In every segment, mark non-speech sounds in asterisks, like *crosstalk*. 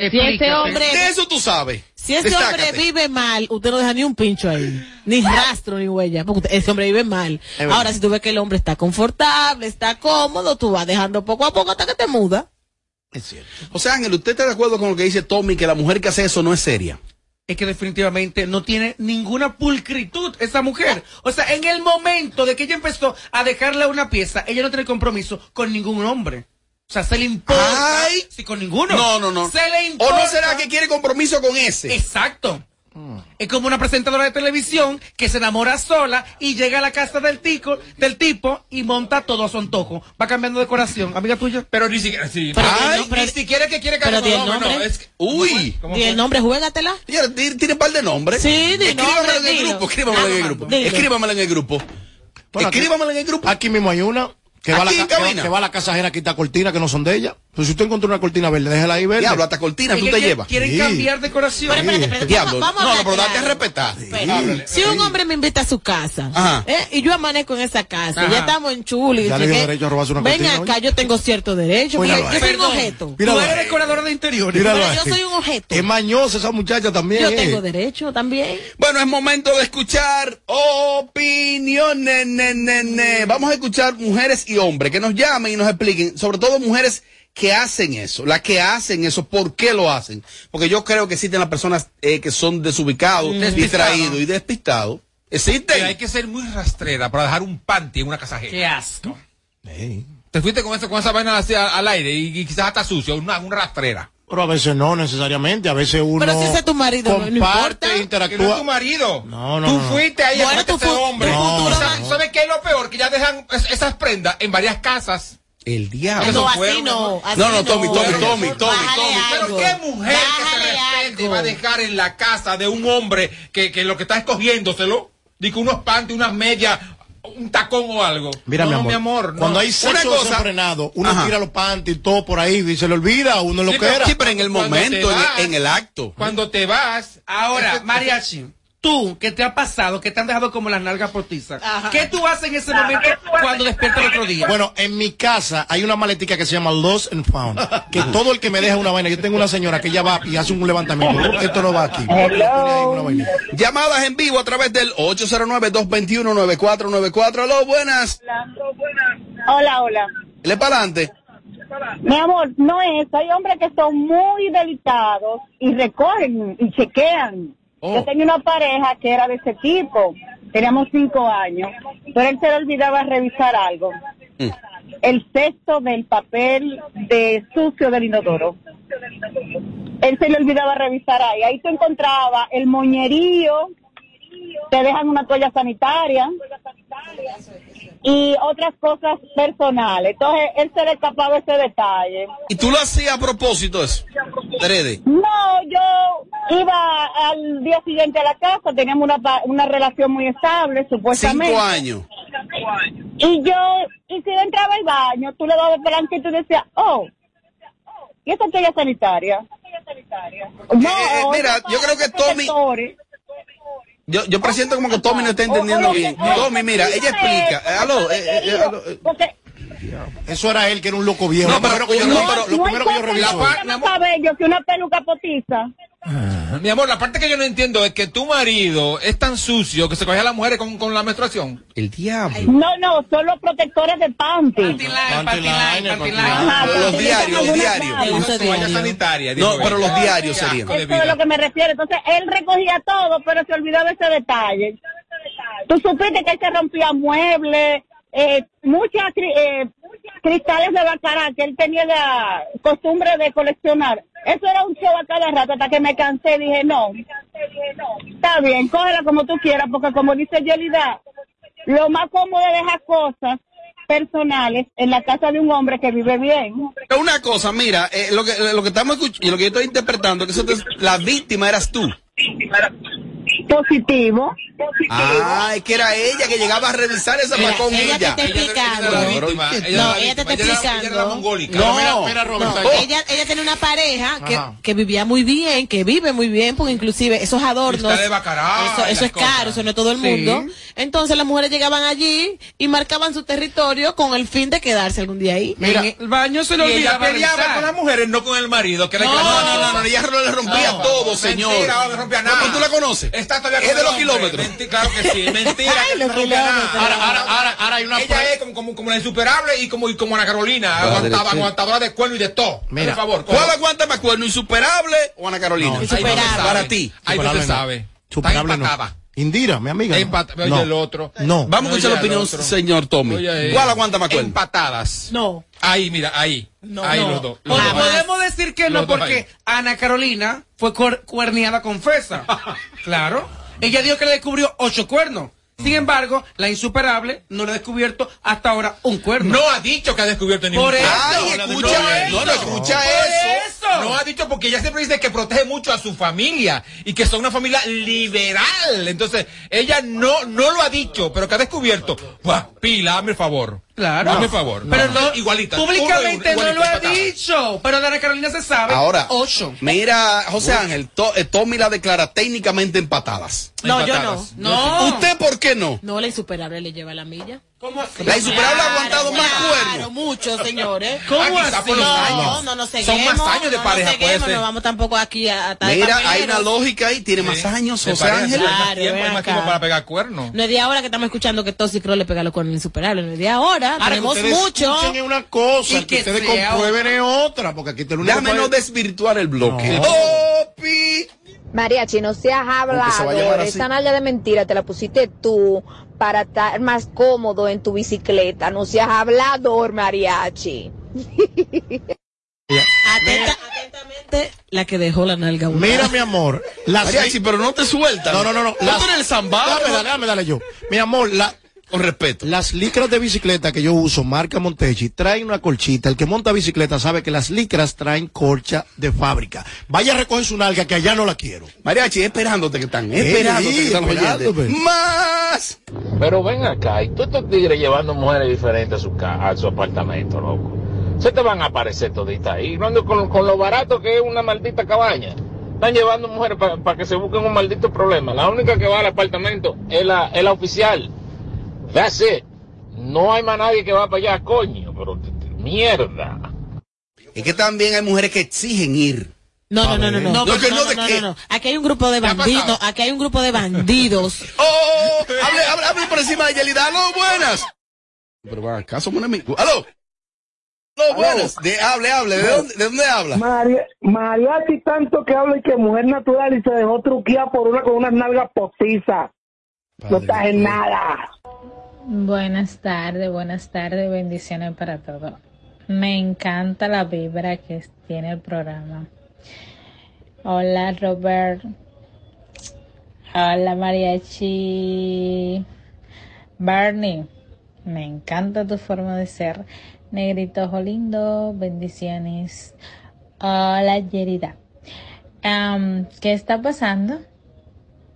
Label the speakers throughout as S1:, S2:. S1: Si este hombre,
S2: De eso tú sabes.
S1: si este hombre
S2: Destácate.
S1: vive mal, usted no deja ni un pincho ahí, ni rastro, ni huella, porque usted- ese hombre vive mal.
S2: Es verdad.
S1: Ahora, si tú ves que el hombre está confortable, está cómodo, tú vas dejando poco a poco hasta que te muda.
S2: Es cierto. O sea, Ángel, ¿usted está de acuerdo con lo que dice Tommy, que la mujer que hace eso no es seria?
S3: es que definitivamente no tiene ninguna pulcritud esa mujer. O sea, en el momento de que ella empezó a dejarle una pieza, ella no tiene compromiso con ningún hombre. O sea, se le importa.
S2: Ay.
S3: si con ninguno.
S2: No, no, no.
S3: Se le
S2: ¿O
S3: importa.
S2: no será que quiere compromiso con ese? Ah.
S3: Exacto. Es como una presentadora de televisión que se enamora sola y llega a la casa del tico, del tipo y monta todo a su antojo. Va cambiando decoración. Amiga tuya.
S4: Pero ni siquiera. Sí,
S1: Pero
S4: Ay,
S1: tiene- pero-
S4: ni siquiera que quiere
S1: pero
S4: caer con
S1: tiene
S4: hombre, no.
S1: nombre.
S4: Es que,
S2: Uy.
S4: ¿Cómo
S1: Y el
S4: fue?
S1: nombre, juégatela.
S2: Señora, ti- tiene un par de nombres.
S1: Sí, di
S2: Escríbamelo en
S1: nombre,
S2: el
S1: dilo.
S2: grupo, escríbamelo en el
S1: Dilo.
S2: grupo. Escríbamelo en el grupo.
S5: Bueno, aquí-
S2: Escríbamelo en el grupo.
S5: Aquí mismo hay una que va, a la,
S2: Aquí en
S5: ca- que va-
S2: cabina.
S5: que va a la casa ajena a quitar cortinas que no son de ella. Pues si usted encontró una cortina verde, déjela ahí verde.
S2: Diablo, hasta cortina
S3: Es
S2: tú
S3: que
S2: te
S3: quiere-
S2: llevas.
S3: Quieren
S5: Sí.
S3: cambiar decoración.
S1: Espérate, espérate,
S2: Diablo.
S1: vamos- vamos a
S2: No, no,
S1: hablar
S2: pero date a
S1: claro.
S2: respetar.
S1: Espera. Si un hombre me invita a su casa
S2: Ajá.
S1: ¿eh? y yo amanezco en esa casa,
S3: Ajá.
S1: ya estamos en chuli,
S5: Ya
S1: no sé
S5: le dio
S1: qué,
S5: derecho a robarse una
S1: ven
S5: cortina,
S1: acá,
S5: oye.
S1: yo tengo cierto derecho,
S5: Míralo
S1: porque
S5: ahí.
S1: yo soy un
S3: Perdón.
S1: objeto.
S5: Míralo
S3: Tú eres
S5: ahí.
S3: decoradora de interiores.
S5: Míralo
S1: Pero yo
S5: ahí.
S1: soy un objeto.
S5: Es mañosa esa muchacha también.
S1: Yo
S5: eh.
S1: tengo derecho también.
S2: Bueno, es momento de escuchar opiniones. ne, ne, ne. Vamos a escuchar mujeres y hombres que nos llamen y nos expliquen, sobre todo mujeres que hacen eso, las que hacen eso, por qué lo hacen. Porque yo creo que existen las personas eh, que son desubicados,
S1: Mm.
S3: Despistado.
S2: distraídos y despistados. Eh, Existen.
S4: Pero hay que ser muy rastrera para dejar un panty en una casa ajena.
S3: Qué asco.
S5: Ey.
S4: Te fuiste con esa, con esa vaina así a- al aire y, y quizás hasta sucio, una, una rastrera.
S5: Pero a veces no necesariamente, a veces uno
S1: Pero si ese es tu marido, no
S5: comparte,
S1: importa.
S4: Que no es tu
S5: interactúa.
S4: marido.
S5: No, no,
S4: Tú
S5: no.
S4: fuiste ahí
S1: Bueno,
S4: a
S1: tú
S4: ese
S1: fu-
S4: hombre.
S1: tu
S5: No,
S4: ¿Sabes,
S1: no.
S4: sabes qué es lo peor? Que ya dejan es- esas prendas en varias casas.
S2: El diablo.
S4: Eso
S1: No, así
S4: fueron,
S1: no.
S4: ¿no?
S1: así
S2: No, no, Tommy, Tommy,
S4: Pero
S2: Tommy,
S4: eso-
S2: Tommy,
S1: Bájale
S2: Tommy.
S4: Pero
S1: algo.
S4: qué mujer
S1: Bájale
S4: que se respete
S1: algo.
S4: va a dejar en la casa de un hombre que, que lo que está escogiéndoselo, digo unos panty, unas medias, un tacón o algo.
S5: Mira,
S4: no,
S5: mi amor,
S4: no.
S5: cuando hay
S2: Una
S5: sexo
S2: cosa-
S5: desenfrenado, uno
S2: Ajá.
S5: tira los panties y todo por ahí y se le olvida, uno lo
S4: Sí,
S5: que
S4: pero-
S5: era.
S2: Sí, pero en el
S4: Cuando te
S2: momento, en
S4: vas-
S2: el, en el acto.
S4: Cuando te vas,
S3: Ahora,
S4: Ese-
S3: mariachi, tú, que te ha pasado? que te han dejado como las nalgas portizas?
S1: Ajá.
S3: ¿Qué tú haces en ese momento cuando despiertas el otro día?
S5: Bueno, en mi casa hay una maletica que se llama Lost and Found. Que todo el que me deja una vaina, yo tengo una señora que ella va y hace un levantamiento. Esto no va aquí. Una vaina.
S2: Llamadas en vivo a través del 809-221-9494. Aló, buenas.
S6: Hola, hola.
S2: Le para adelante.
S6: Mi amor, no es. Hay hombres que son muy delicados y recogen y chequean.
S2: Oh.
S6: Yo tenía una pareja que era de ese tipo. Teníamos cinco años. Pero él se le olvidaba revisar algo.
S2: Mm.
S6: El sexto del papel de sucio del inodoro. Él se le olvidaba revisar ahí. Ahí tú encontraba el moñerío. Te dejan una toalla sanitaria y otras cosas personales. Entonces, él se le escapaba ese detalle.
S2: ¿Y tú lo hacías a propósito eso? Trede.
S6: No, yo iba al día siguiente a la casa, teníamos una, pa- una relación muy estable, supuestamente.
S2: Cinco años.
S6: Y yo, y si yo entraba al baño, tú le dabas blanco y tú decías, oh, ¿y esa toalla sanitaria? No,
S2: eh, mira, yo creo que Tommy-
S6: protectores.
S2: Yo, yo presiento como que Tommy no está
S6: O- o
S2: entendiendo
S6: lo que-
S2: bien.
S6: o lo
S2: Tommy,
S6: que
S2: mira,
S6: dice,
S2: ella explica. Eh, Aló, eh, eh, eh, aló, eh.
S6: Porque
S5: Eso era él que era un loco viejo.
S2: No,
S5: Lo primero
S2: pero-
S5: que yo-
S2: no,
S5: lo
S2: pero-
S5: primero que yo
S6: no hay
S5: reviso
S6: cosa
S4: es-
S6: que más cabello que una peluca potiza.
S4: Mi amor, la parte que yo no entiendo es que tu marido es tan sucio que se coge a las mujeres con, con la menstruación.
S2: El diablo.
S6: No, no, son los protectores de panty.
S3: Pantiline, pantiline,
S5: Pantiline,
S3: pantiline.
S6: Ajá, porque
S2: Los
S6: utilizan
S2: diarios, los
S6: algunas
S2: diarios.
S6: gamas.
S1: Uso
S4: Una toalla
S1: diario.
S4: sanitaria. dijo
S2: No,
S4: él.
S2: pero los diarios
S4: Qué asco
S2: serían.
S4: de
S6: Eso es
S4: vida.
S6: lo que me refiero. Entonces, él recogía todo, pero se olvidaba ese detalle. Tú supiste que él se rompía muebles, eh, muchas cri- eh, cristales de bacará que él tenía la costumbre de coleccionar. Eso era un show a cada rato hasta que me cansé. Dije, no, está bien, cógela como tú quieras, porque como dice Yelida, lo más cómodo es dejar cosas personales en la casa de un hombre que vive bien.
S2: Una cosa, mira, eh, lo, que, lo que estamos escuchando y lo que yo estoy interpretando es que eso te- la víctima eras tú.
S6: Positivo.
S2: Ah, es que era ella que llegaba a revisar esa
S1: Era
S2: macón
S1: ella
S2: ella.
S1: que te-
S4: Ella era la víctima,
S2: No,
S4: ella era la
S1: ella te
S4: víctima,
S1: está
S4: ella era- ella era la
S1: explicando.
S4: mongólica.
S2: No. Oh.
S5: Mira, mira,
S1: No,
S5: Roberta.
S1: ella, ella tiene una pareja que,
S5: Ajá.
S1: que vivía muy bien, que vive muy bien, porque inclusive esos adornos.
S4: Cristal de Baccarat
S1: eso
S4: y las
S1: eso es caro,
S4: cosas.
S1: eso no es todo el
S3: Sí.
S1: mundo. Entonces las mujeres llegaban allí y marcaban su territorio con el fin de quedarse algún día ahí. e-
S5: Mira,
S3: En el baño se
S4: Y
S3: lo
S4: ella
S3: olvidaba
S4: peleaba
S3: revisar.
S4: con las mujeres, no con el marido. Que
S2: No, no, no, no, ella no le rompía
S4: No.
S2: todo, señor.
S4: Mentira, no le rompía nada.
S2: ¿Cómo tú la conoces?
S4: Está todavía con
S2: es de
S4: el
S2: los
S4: hombre.
S2: kilómetros.
S4: Menti- claro que sí, mentira.
S1: Ay,
S4: que
S1: los
S4: no rompía nada.
S1: kilómetros.
S5: ahora, ahora, ahora, ahora hay una
S4: Ella
S5: prueba.
S4: es como, como, como la insuperable y como, y como Ana Carolina, aguantaba, aguantadora de cuerno y de todo.
S5: Mira,
S4: por favor.
S2: ¿Cuál aguanta más cuerno? ¿Insuperable o Ana Carolina?
S5: No,
S4: Ahí no se
S1: Superable.
S4: sabe.
S2: Para ti.
S4: Ahí no
S5: Superable
S4: se sabe.
S5: Superable
S4: Está empatada.
S5: no. Indira, mi amiga.
S4: Empata- oye, el otro.
S5: No.
S2: Vamos a escuchar
S4: Oye,
S2: la opinión,
S4: al otro.
S2: señor Tommy.
S4: Oye, eh,
S2: ¿Cuál aguanta más cuerno?
S4: Empatadas.
S1: No.
S4: Ahí, mira, ahí. ahí
S3: no.
S4: los dos.
S3: Po-
S4: los dos.
S3: Podemos decir que no,
S4: Los dos
S3: porque
S4: ahí.
S3: Ana Carolina fue cuer- cuerniada
S4: *laughs*
S3: confesa. claro. Ella dijo que le descubrió ocho cuernos. Sin embargo, la insuperable no le ha descubierto hasta ahora un cuerno.
S4: No ha dicho que ha descubierto ningún
S3: Por eso.
S2: Ay,
S4: No,
S2: escucha,
S4: no,
S2: no, no, escucha
S3: Por
S2: eso.
S3: eso.
S4: No ha dicho porque ella siempre dice que protege mucho a su familia y que son una familia liberal. Entonces, ella no, no lo ha dicho, pero que ha descubierto. Buah, Pila, hazme el favor.
S3: Claro.
S4: Hazme el favor.
S3: Pero no,
S4: igualita.
S3: Públicamente
S4: Uno,
S3: no lo ha
S4: igualita,
S3: dicho. Pero de Ana Carolina se sabe.
S2: Ahora,
S3: Ocho.
S2: mira, José Ángel, To- eh, Tommy la declara técnicamente empatadas.
S1: No, yo no.
S4: Empatadas.
S3: No.
S2: ¿Usted por qué no?
S1: No, la insuperable le lleva la milla.
S3: ¿Cómo así?
S2: La insuperable ha
S1: Claro,
S2: aguantado más
S1: claro,
S2: cuerno.
S1: mucho, señores.
S3: *laughs* ¿Cómo
S4: Ah, quizá
S3: así?
S4: por los años.
S1: No, no, no
S4: Son
S1: seguimos.
S4: más años de
S1: no,
S4: pareja,
S1: no, seguimos,
S4: puede ser.
S1: no vamos tampoco aquí a a tal
S2: Mira,
S1: papelero.
S2: hay una lógica ahí, tiene más años,
S4: De
S2: José
S4: pareja,
S2: Ángel.
S4: Hay más
S1: Claro,
S4: tiempo, hay
S1: ven
S4: más tiempo
S1: acá.
S4: para pegar cuernos.
S1: No es de ahora que estamos escuchando que Toxic Crow le pega los cuernos insuperables. No es de ahora. Tenemos mucho.
S5: Es una cosa,
S3: Y
S5: que,
S3: que
S5: ustedes
S3: sea-
S5: comprueben es otra, porque aquí te lo único
S2: Déjame
S5: que-
S2: no desvirtuar el bloque.
S5: No.
S2: Topi.
S7: Mariachi, no seas
S2: Aunque se va a llamar
S7: hablado.
S2: así.
S7: Esa nalga de mentira te la pusiste tú para estar más cómodo en tu bicicleta. No seas hablador, Mariachi.
S1: Atenta- atentamente, la que dejó la nalga. a un lado.
S5: Mira, mi amor, las
S2: Mariachi, pero no te sueltas.
S5: No, no, no, no.
S2: No
S5: Las-
S2: tú eres el zambado.
S5: Dame, dale, dame, dale yo. Mi amor, la-
S2: Con respeto.
S5: las licras de bicicleta que yo uso, marca Montechi, traen una colchita. El que monta bicicleta sabe que las licras traen colcha de fábrica. Vaya a recoger su nalga que allá no la quiero.
S2: Mariachi, esperándote que están,
S5: Ey, pues.
S2: esperándote que están Mm. los
S5: esperándote.
S2: oyentes. Más.
S8: Pero ven acá, y tú estos tigres llevando mujeres diferentes a su, ca- a su apartamento, loco. Se te van a aparecer toditas ahí, no andes con, con lo barato que es una maldita cabaña. Están llevando mujeres para que se busquen un maldito problema. La única que va al apartamento es la, es la oficial. That's it. No hay más nadie que va para allá, coño, pero t- t- mierda.
S2: Es que también hay mujeres que exigen ir.
S1: No, no, no, no, no.
S2: No,
S1: No,
S2: que no, ¿de
S1: no,
S2: qué?
S1: no, no. Aquí hay un grupo de
S4: ha
S1: bandidos.
S4: pasado?
S1: Aquí hay un grupo de bandidos.
S2: *laughs* Oh, oh, oh, hable, hable, hable por encima de Yelida. Aló, buenas. Pero van acá, somos enemigos. Aló. Aló, buenas. De, hable, hable. ¿De dónde, de dónde habla?
S9: Mari- mariachi tanto que habla y que mujer natural y se dejó truquear por una con unas nalgas postizas. No estás en nada.
S10: Buenas tardes, buenas tardes, bendiciones para todos. Me encanta la vibra que tiene el programa. Hola Robert. Hola Mariachi. Barney, me encanta tu forma de ser. Negrito ojo lindo, bendiciones. Hola Yerida. Am, ¿Qué está pasando?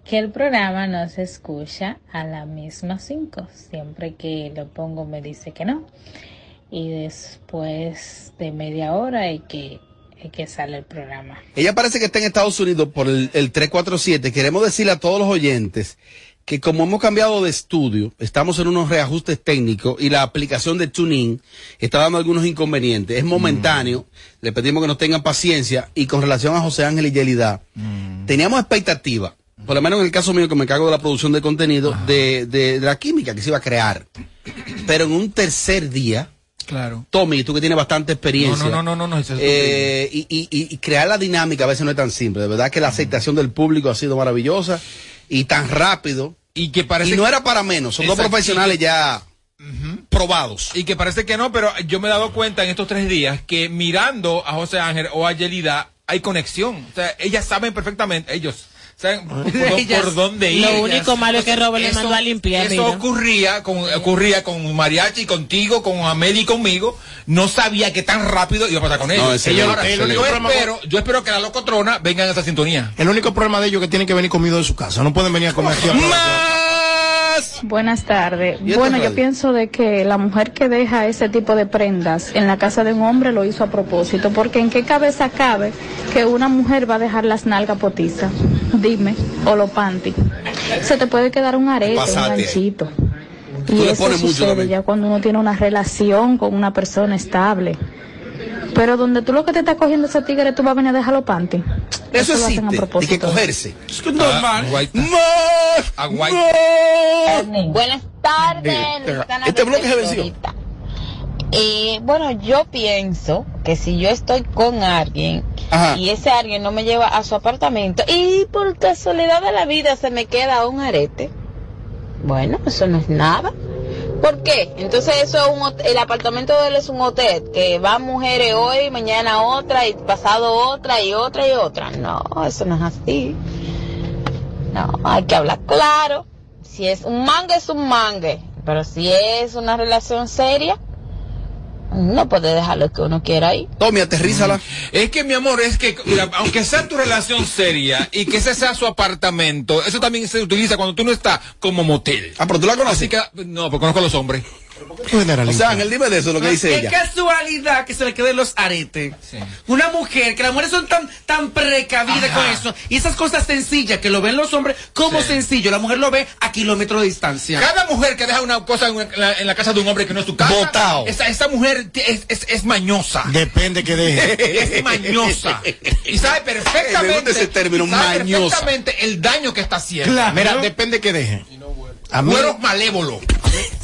S10: que el programa no se escucha a la misma 5. Siempre que lo pongo me dice que no. Y después de media hora es que, es que sale el programa.
S2: Ella parece que está en Estados Unidos por el, el 347. Queremos decirle a todos los oyentes que como hemos cambiado de estudio, estamos en unos reajustes técnicos y la aplicación de TuneIn está dando algunos inconvenientes. Es momentáneo.
S4: Mm.
S2: Le pedimos que nos tengan paciencia. Y con relación a José Ángel y Yelida,
S4: Mm.
S2: teníamos expectativa, por lo menos en el caso mío que me cargo de la producción de contenido, de, de- de la química que se iba a crear. Pero en un tercer día,
S3: Claro.
S2: Tommy, tú que tienes bastante experiencia.
S4: No, no, no, no, no, no, eso es
S2: eh, y, y- y- y crear la dinámica a veces no es tan simple. De verdad que la aceptación del público ha sido maravillosa y tan rápido.
S4: Y que parece
S2: y no era para menos. Son dos
S4: Exacto.
S2: profesionales ya probados.
S4: Y que parece que no, pero yo me he dado cuenta en estos tres días que mirando a José Ángel o a Yelida hay conexión. O sea, ellas saben perfectamente, ellos ¿Saben
S1: *laughs*
S4: por, por dónde ir?
S1: Lo único malo es que Robert le
S4: Eso-
S1: mandó a limpiar.
S4: Eso
S1: mira.
S4: ocurría con, ocurría con Mariachi, contigo, con Amel y conmigo. No sabía que tan rápido iba a pasar con
S5: No,
S4: ellos.
S5: ese
S4: Ellos-
S5: es el
S4: ahora,
S5: hotel,
S4: yo,
S5: el programa-
S4: espero, yo espero que la locotrona venga en esa sintonía.
S5: El único problema de ellos es que tienen que venir comido de su casa. No pueden venir a comer aquí.
S2: Mm.
S5: a-
S10: Buenas tardes.
S5: ¿Y esto
S10: Bueno,
S5: es
S10: yo
S5: radio?
S10: pienso de que la mujer que deja ese tipo de prendas en la casa de un hombre lo hizo a propósito, porque en qué cabeza cabe que una mujer va a dejar las nalgas potizas, dime, o los panty. Se te puede quedar un arete,
S11: Pásate.
S10: un ganchito.
S11: Tú
S10: Y
S11: le
S10: eso
S11: pones mucho
S10: sucede
S11: también.
S10: ya cuando uno tiene una relación con una persona estable. Pero donde tú lo que te está cogiendo ese tigre, tú vas a venir a dejar los panty.
S2: Eso
S10: lo
S2: existe.
S10: hacen a
S2: Hay que
S10: propósito.
S2: cogerse.
S4: Es normal.
S2: ¡Más!
S12: Buenas tardes.
S2: Diga, diga.
S12: Luisana
S2: Este bloque se venció.
S12: Recepcionista. Eh, bueno, yo pienso que si yo estoy con alguien y ese alguien no me lleva a su apartamento y por casualidad de la vida se me queda un arete, bueno, eso no es nada. ¿Por qué? Entonces eso es un hot- el apartamento de él es un hotel que van mujeres hoy, mañana otra y pasado otra y otra y otra. No, eso no es así. No, hay que hablar claro. Si es un mangue, es un mangue. Pero si es una relación seria, no puede dejar lo que uno quiera ahí.
S2: Tommy, aterrízala.
S4: Mm. Es que, mi amor, es que mira, aunque sea tu relación seria y que ese sea su apartamento, eso también se utiliza cuando tú no estás como motel.
S2: Ah, pero tú la conoces.
S4: no, porque conozco a los hombres.
S2: O sea, Ángel, dime de eso lo que dice
S3: Qué
S2: ella.
S3: casualidad que se le queden los aretes. Una mujer, que las mujeres son tan, tan precavidas con eso. Y esas cosas sencillas que lo ven los hombres como sencillo. La mujer lo ve a kilómetros de distancia.
S4: Cada mujer que deja una cosa en la, en la casa de un hombre que no es tu casa,
S3: Botao.
S4: Esa, esa mujer t- es, es- es mañosa.
S5: Depende que deje.
S4: *laughs* es mañosa. Y
S2: *laughs*
S4: sabe perfectamente.
S5: Me gusta ese término,
S4: sabe
S5: mañosa.
S4: perfectamente el daño que está haciendo.
S5: Mira, depende que deje. A mí,
S4: Cueros malévolos.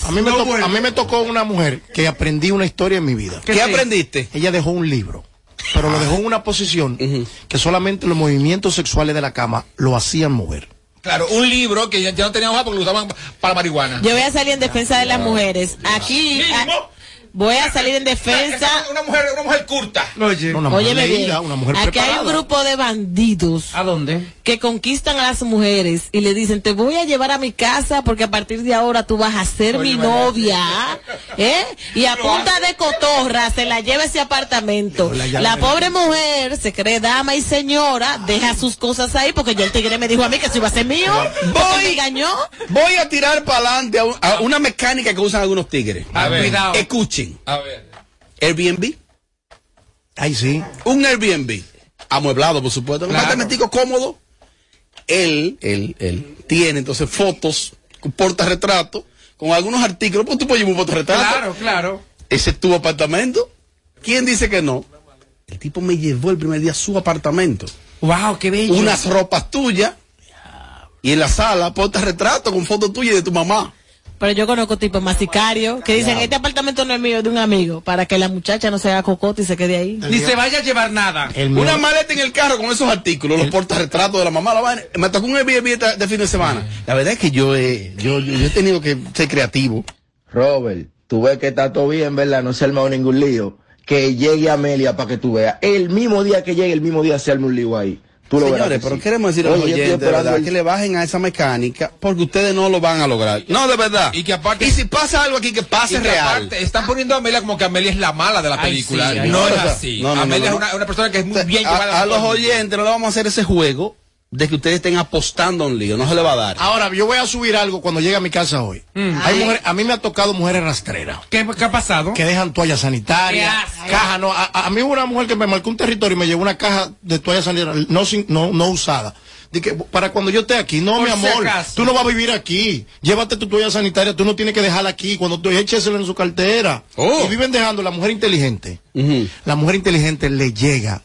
S5: a, mí me tocó, a mí me tocó una mujer que aprendí una historia en mi vida.
S4: ¿Qué ¿Qué sí?
S2: aprendiste? Ah.
S5: Ella dejó un libro, pero lo dejó en una posición que solamente los movimientos sexuales de la cama lo hacían mover.
S4: Claro, un libro que ya, ya no tenía hoja porque lo usaban para marihuana.
S1: Yo voy a salir en defensa de las mujeres. Aquí a- voy a salir en defensa.
S4: Una mujer, una mujer curta.
S3: Oye,
S5: una mujer
S1: Óyeme bien,
S5: leída, una mujer
S1: aquí hay un
S5: preparada.
S1: grupo de bandidos.
S3: ¿A dónde?
S1: Que conquistan a las mujeres y le dicen, te voy a llevar a mi casa porque a partir de ahora tú vas a ser mi novia. ¿eh? Y a punta de cotorra se la lleva a ese apartamento.
S13: la
S1: La,
S13: llave de-
S1: pobre mujer se cree dama y señora, deja sus cosas ahí porque ya el tigre me dijo a mí que eso iba a ser mío. Voy. Me engañó.
S2: Voy a tirar para adelante a, un- a una mecánica que usan algunos tigres.
S4: Ah. A ver. Cuidado.
S2: Escuchen.
S4: A ver.
S2: Airbnb.
S5: Ahí sí.
S2: Un Airbnb. Amueblado, por supuesto. Un apartamentico cómodo. Él, él, él, tiene entonces fotos, un portarretrato, con algunos artículos. Pues tú puedes llevar un portarretrato.
S3: Claro, claro.
S2: Ese es tu apartamento. ¿Quién dice que no? El tipo me llevó el primer día a su apartamento.
S3: ¡Wow, qué bello!
S2: Unas ropas tuyas. Y en la sala, portarretrato con fotos tuyas y de tu mamá.
S1: Pero yo conozco tipos más sicarios que dicen,
S2: Ya.
S1: este apartamento no es mío, es de un amigo, para que la muchacha no se haga cocote y se quede ahí.
S3: Ni se vaya a llevar nada.
S2: Una maleta en el carro con esos artículos, los portarretratos de la mamá, la vaina. Me tocó un Airbnb esta- de fin de semana. La verdad es que yo, eh, yo, yo, yo he tenido que ser creativo.
S14: Robert, tú ves que está todo bien, ¿verdad? No se ha armado ningún lío. Que llegue Amelia para que tú veas. El mismo día que llegue, el mismo día se arma un lío ahí. Tú lo
S2: Señores,
S14: verás.
S2: pero queremos decir a los oyentes, de verdad, que le bajen a esa mecánica porque ustedes no lo van a lograr. No, de verdad.
S4: Y que aparte.
S2: Y si pasa algo aquí que pase
S4: y que
S2: real.
S4: aparte, están poniendo a Amelia como que Amelia es la mala de la
S2: Ay,
S4: película.
S2: sí, ay,
S4: no
S2: sí.
S4: es así.
S2: No, no, no,
S4: Amelia
S2: no,
S4: es una, una persona que es muy bien llevada.
S2: A, a los oyentes no le vamos a hacer ese juego de que ustedes estén apostando a un lío. No se le va a dar.
S5: Ahora, yo voy a subir algo cuando llegue a mi casa hoy. Hay mujeres- a mí me ha tocado mujeres rastreras.
S3: Mm. ¿Qué, ha pasado?
S5: Que dejan toallas sanitarias,
S3: ¿Qué hace?
S5: caja, no. A, a mí hubo una mujer que me marcó un territorio y me llevó una caja de toallas sanitarias no, sin- no, no usada. Dije, para cuando yo esté aquí, no,
S3: Por
S5: mi
S3: si
S5: amor,
S3: acaso.
S5: tú no vas a vivir aquí. Llévate tu toalla sanitaria, tú no tienes que dejarla aquí. Cuando tú échesela en su cartera.
S3: Oh.
S5: Y viven dejando la mujer inteligente. La mujer inteligente le llega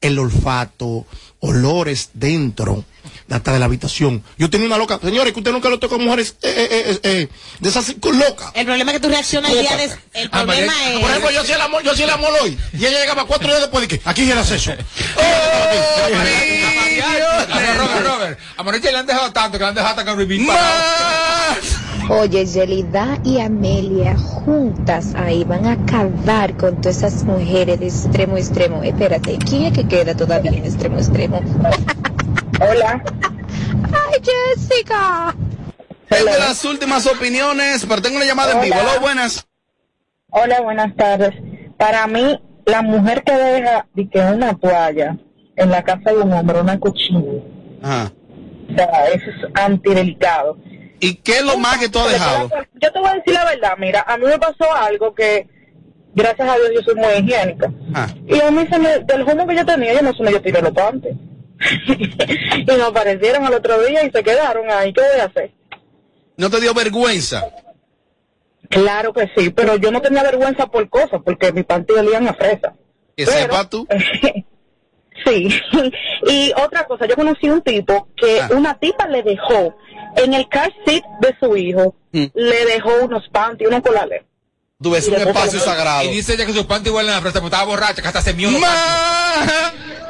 S5: el olfato, olores dentro, hasta de la habitación. Yo tenía una loca, señores, que usted nunca lo toca con mujeres eh, eh, eh, eh, de esas con locas.
S1: El problema es que tú reaccionas al día de- el
S5: Ah,
S1: problema
S5: María,
S1: es-
S5: Por ejemplo, yo hacía el amor, yo hacía el amor hoy. Y ella llegaba cuatro días después
S2: pues,
S5: de que aquí era
S4: *laughs*
S5: sexo.
S2: ¡Oh,
S4: Robert, Robert, Robert. A Mauricio le han dejado tanto que le han dejado hasta con Rubín.
S7: Oye, Yelida y Amelia juntas ahí van a acabar con todas esas mujeres de extremo a extremo. Espérate, ¿quién es que queda todavía en extremo a extremo? Hola. ¡Ay, Jessica!
S2: Es de las últimas opiniones, pero tengo una llamada en vivo.
S6: Hola.
S2: Hola, buenas.
S6: Hola, buenas tardes. Para mí, la mujer que deja de que una toalla en la casa de un hombre, una cuchilla,
S2: Ajá.
S6: o sea, eso es antidelicado.
S2: ¿Y qué es lo más que tú has dejado?
S6: Yo te voy a decir la verdad, mira, a mí me pasó algo que, gracias a Dios, yo soy muy higiénica.
S2: Ah.
S6: Y a mí, se me, del humo que yo tenía, yo no sé, yo tiré los pantes. *laughs* y me aparecieron al otro día y se quedaron ahí. ¿Qué voy a hacer?
S2: ¿No te dio vergüenza?
S6: Claro que sí, pero yo no tenía vergüenza por cosas, porque mis panties olían a fresa.
S2: Que
S6: Pero-
S2: sepa tú.
S6: *laughs* Sí. *laughs* Y otra cosa, yo conocí un tipo
S2: Ah.
S6: que una tipa le dejó en el car seat de su hijo,
S2: Mm.
S6: le dejó unos panties, una colales.
S2: Tú ves un espacio sagrado.
S4: Y dice ella que sus panties huelen a fresa, pero estaba borracha, que hasta se mió. los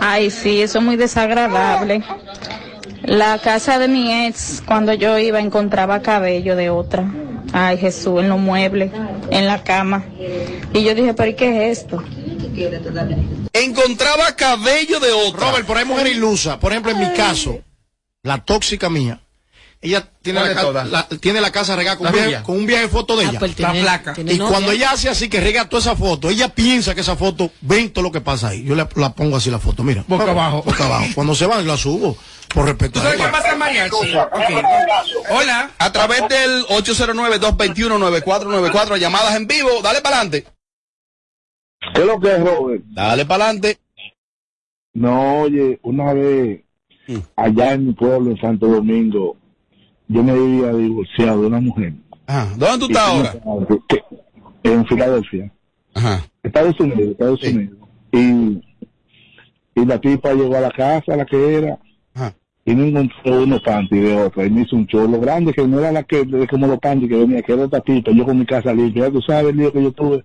S10: Ay, sí, eso es muy desagradable. La casa de mi ex, cuando yo iba, encontraba cabello de otra. Ay, Jesús, en los muebles, en la cama. Y yo dije, pero ¿y qué es esto?
S2: Encontraba cabello de otro.
S5: Robert, por ahí mujer ilusa. Por ejemplo, en mi caso, la tóxica mía, ella tiene,
S2: ¿Cuál
S5: la,
S2: de
S5: ca-
S2: todas?
S5: la- tiene la casa regada con,
S2: La
S5: un viaje-
S2: rubia.
S5: con un viaje de foto de
S2: Ah,
S5: ella.
S2: pues tiene-
S5: la placa.
S2: tiene
S5: Y
S2: novia.
S5: cuando ella hace así que rega toda esa foto, ella piensa que esa foto, ven todo lo que pasa ahí. Yo la, la pongo así la foto, mira.
S3: Boca abajo.
S5: Boca abajo. Cuando se van, la subo. Por respeto
S3: ¿Tú
S5: a
S3: sabes qué
S5: ella.
S3: pasa, mariachi? Ok. Hola.
S2: A través del 809-221-9494, llamadas en vivo. Dale para adelante.
S11: ¿Qué es lo que es, Robert?
S2: Dale para adelante.
S11: No, oye, una vez
S2: Mm.
S11: allá en mi pueblo, en Santo Domingo, yo me había divorciado de una mujer.
S2: ah, ¿Dónde tú estás ahora?
S11: En Filadelfia. Estados Unidos, Estados Unidos. Y, y la tipa llegó a la casa, la que era, y me encontró unos panties de otra. Y me hizo un cholo grande que no era la que, como los panties que venía, que era otra tipa. Yo con mi casa limpia, ya tú sabes el lío que yo tuve.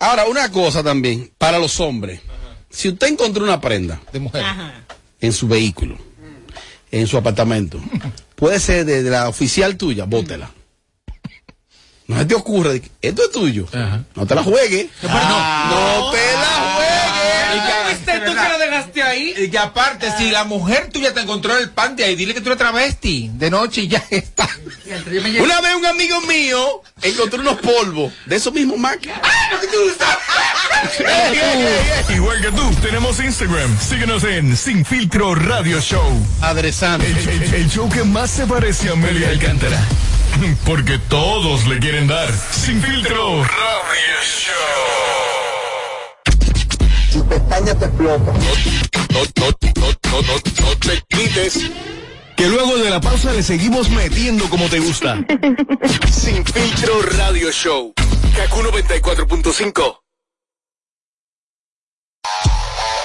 S2: Ahora, una cosa también, para los hombres. Si usted encontró una prenda de mujer en su vehículo, en su apartamento, puede ser de, de la oficial tuya, bótela. No se te ocurra, de que esto es tuyo. No te la juegues. Ah, no, te
S4: la juegues.
S3: Ah. ¿Viste tú que lo dejaste ahí?
S4: Y que aparte, si la mujer tuya te encontró en el panty ahí, dile que tú eres travesti de noche y ya *laughs* está.
S2: Una vez un amigo mío encontró unos polvos de esos mismos Mac. *laughs* Eh,
S13: *laughs* Igual que tú, tenemos Instagram. Síguenos en Sin Filtro Radio Show.
S2: Adresante.
S13: El, el- el show que más se parece a Amelia Alcántara. *laughs* Porque todos le quieren dar. Sin Filtro Radio Show. Tu pestaña te explota.
S15: No te quites. Que luego de la pausa le seguimos metiendo como te gusta. Sin filtro radio show. Kaku 94.5.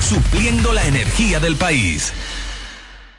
S16: supliendo la energía del país.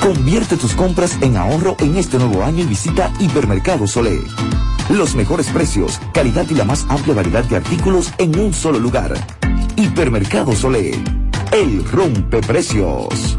S17: Convierte tus compras en ahorro en este nuevo año y visita Hipermercado Solé. Los mejores precios, calidad y la más amplia variedad de artículos en un solo lugar. Hipermercado Solé. El rompe precios.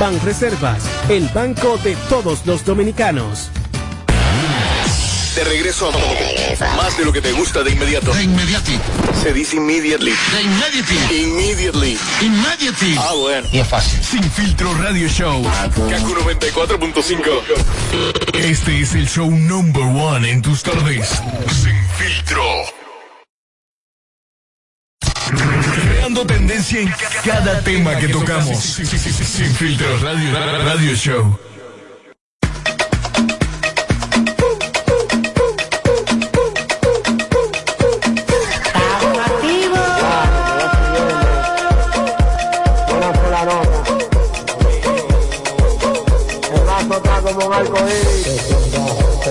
S18: Banreservas, el banco de todos los dominicanos.
S15: De regreso a más de lo que te gusta de inmediato. De inmediati. Se dice immediately. De inmediati. Immediately. Immediately. Ah, bueno. Y es fácil. Sin filtro radio show. Kaku 94.5. Este es el show number one en tus tardes. Sin filtro. Creando tendencia en cada tema que tocamos. Sin filtro radio, radio show.
S19: como un arcoíris.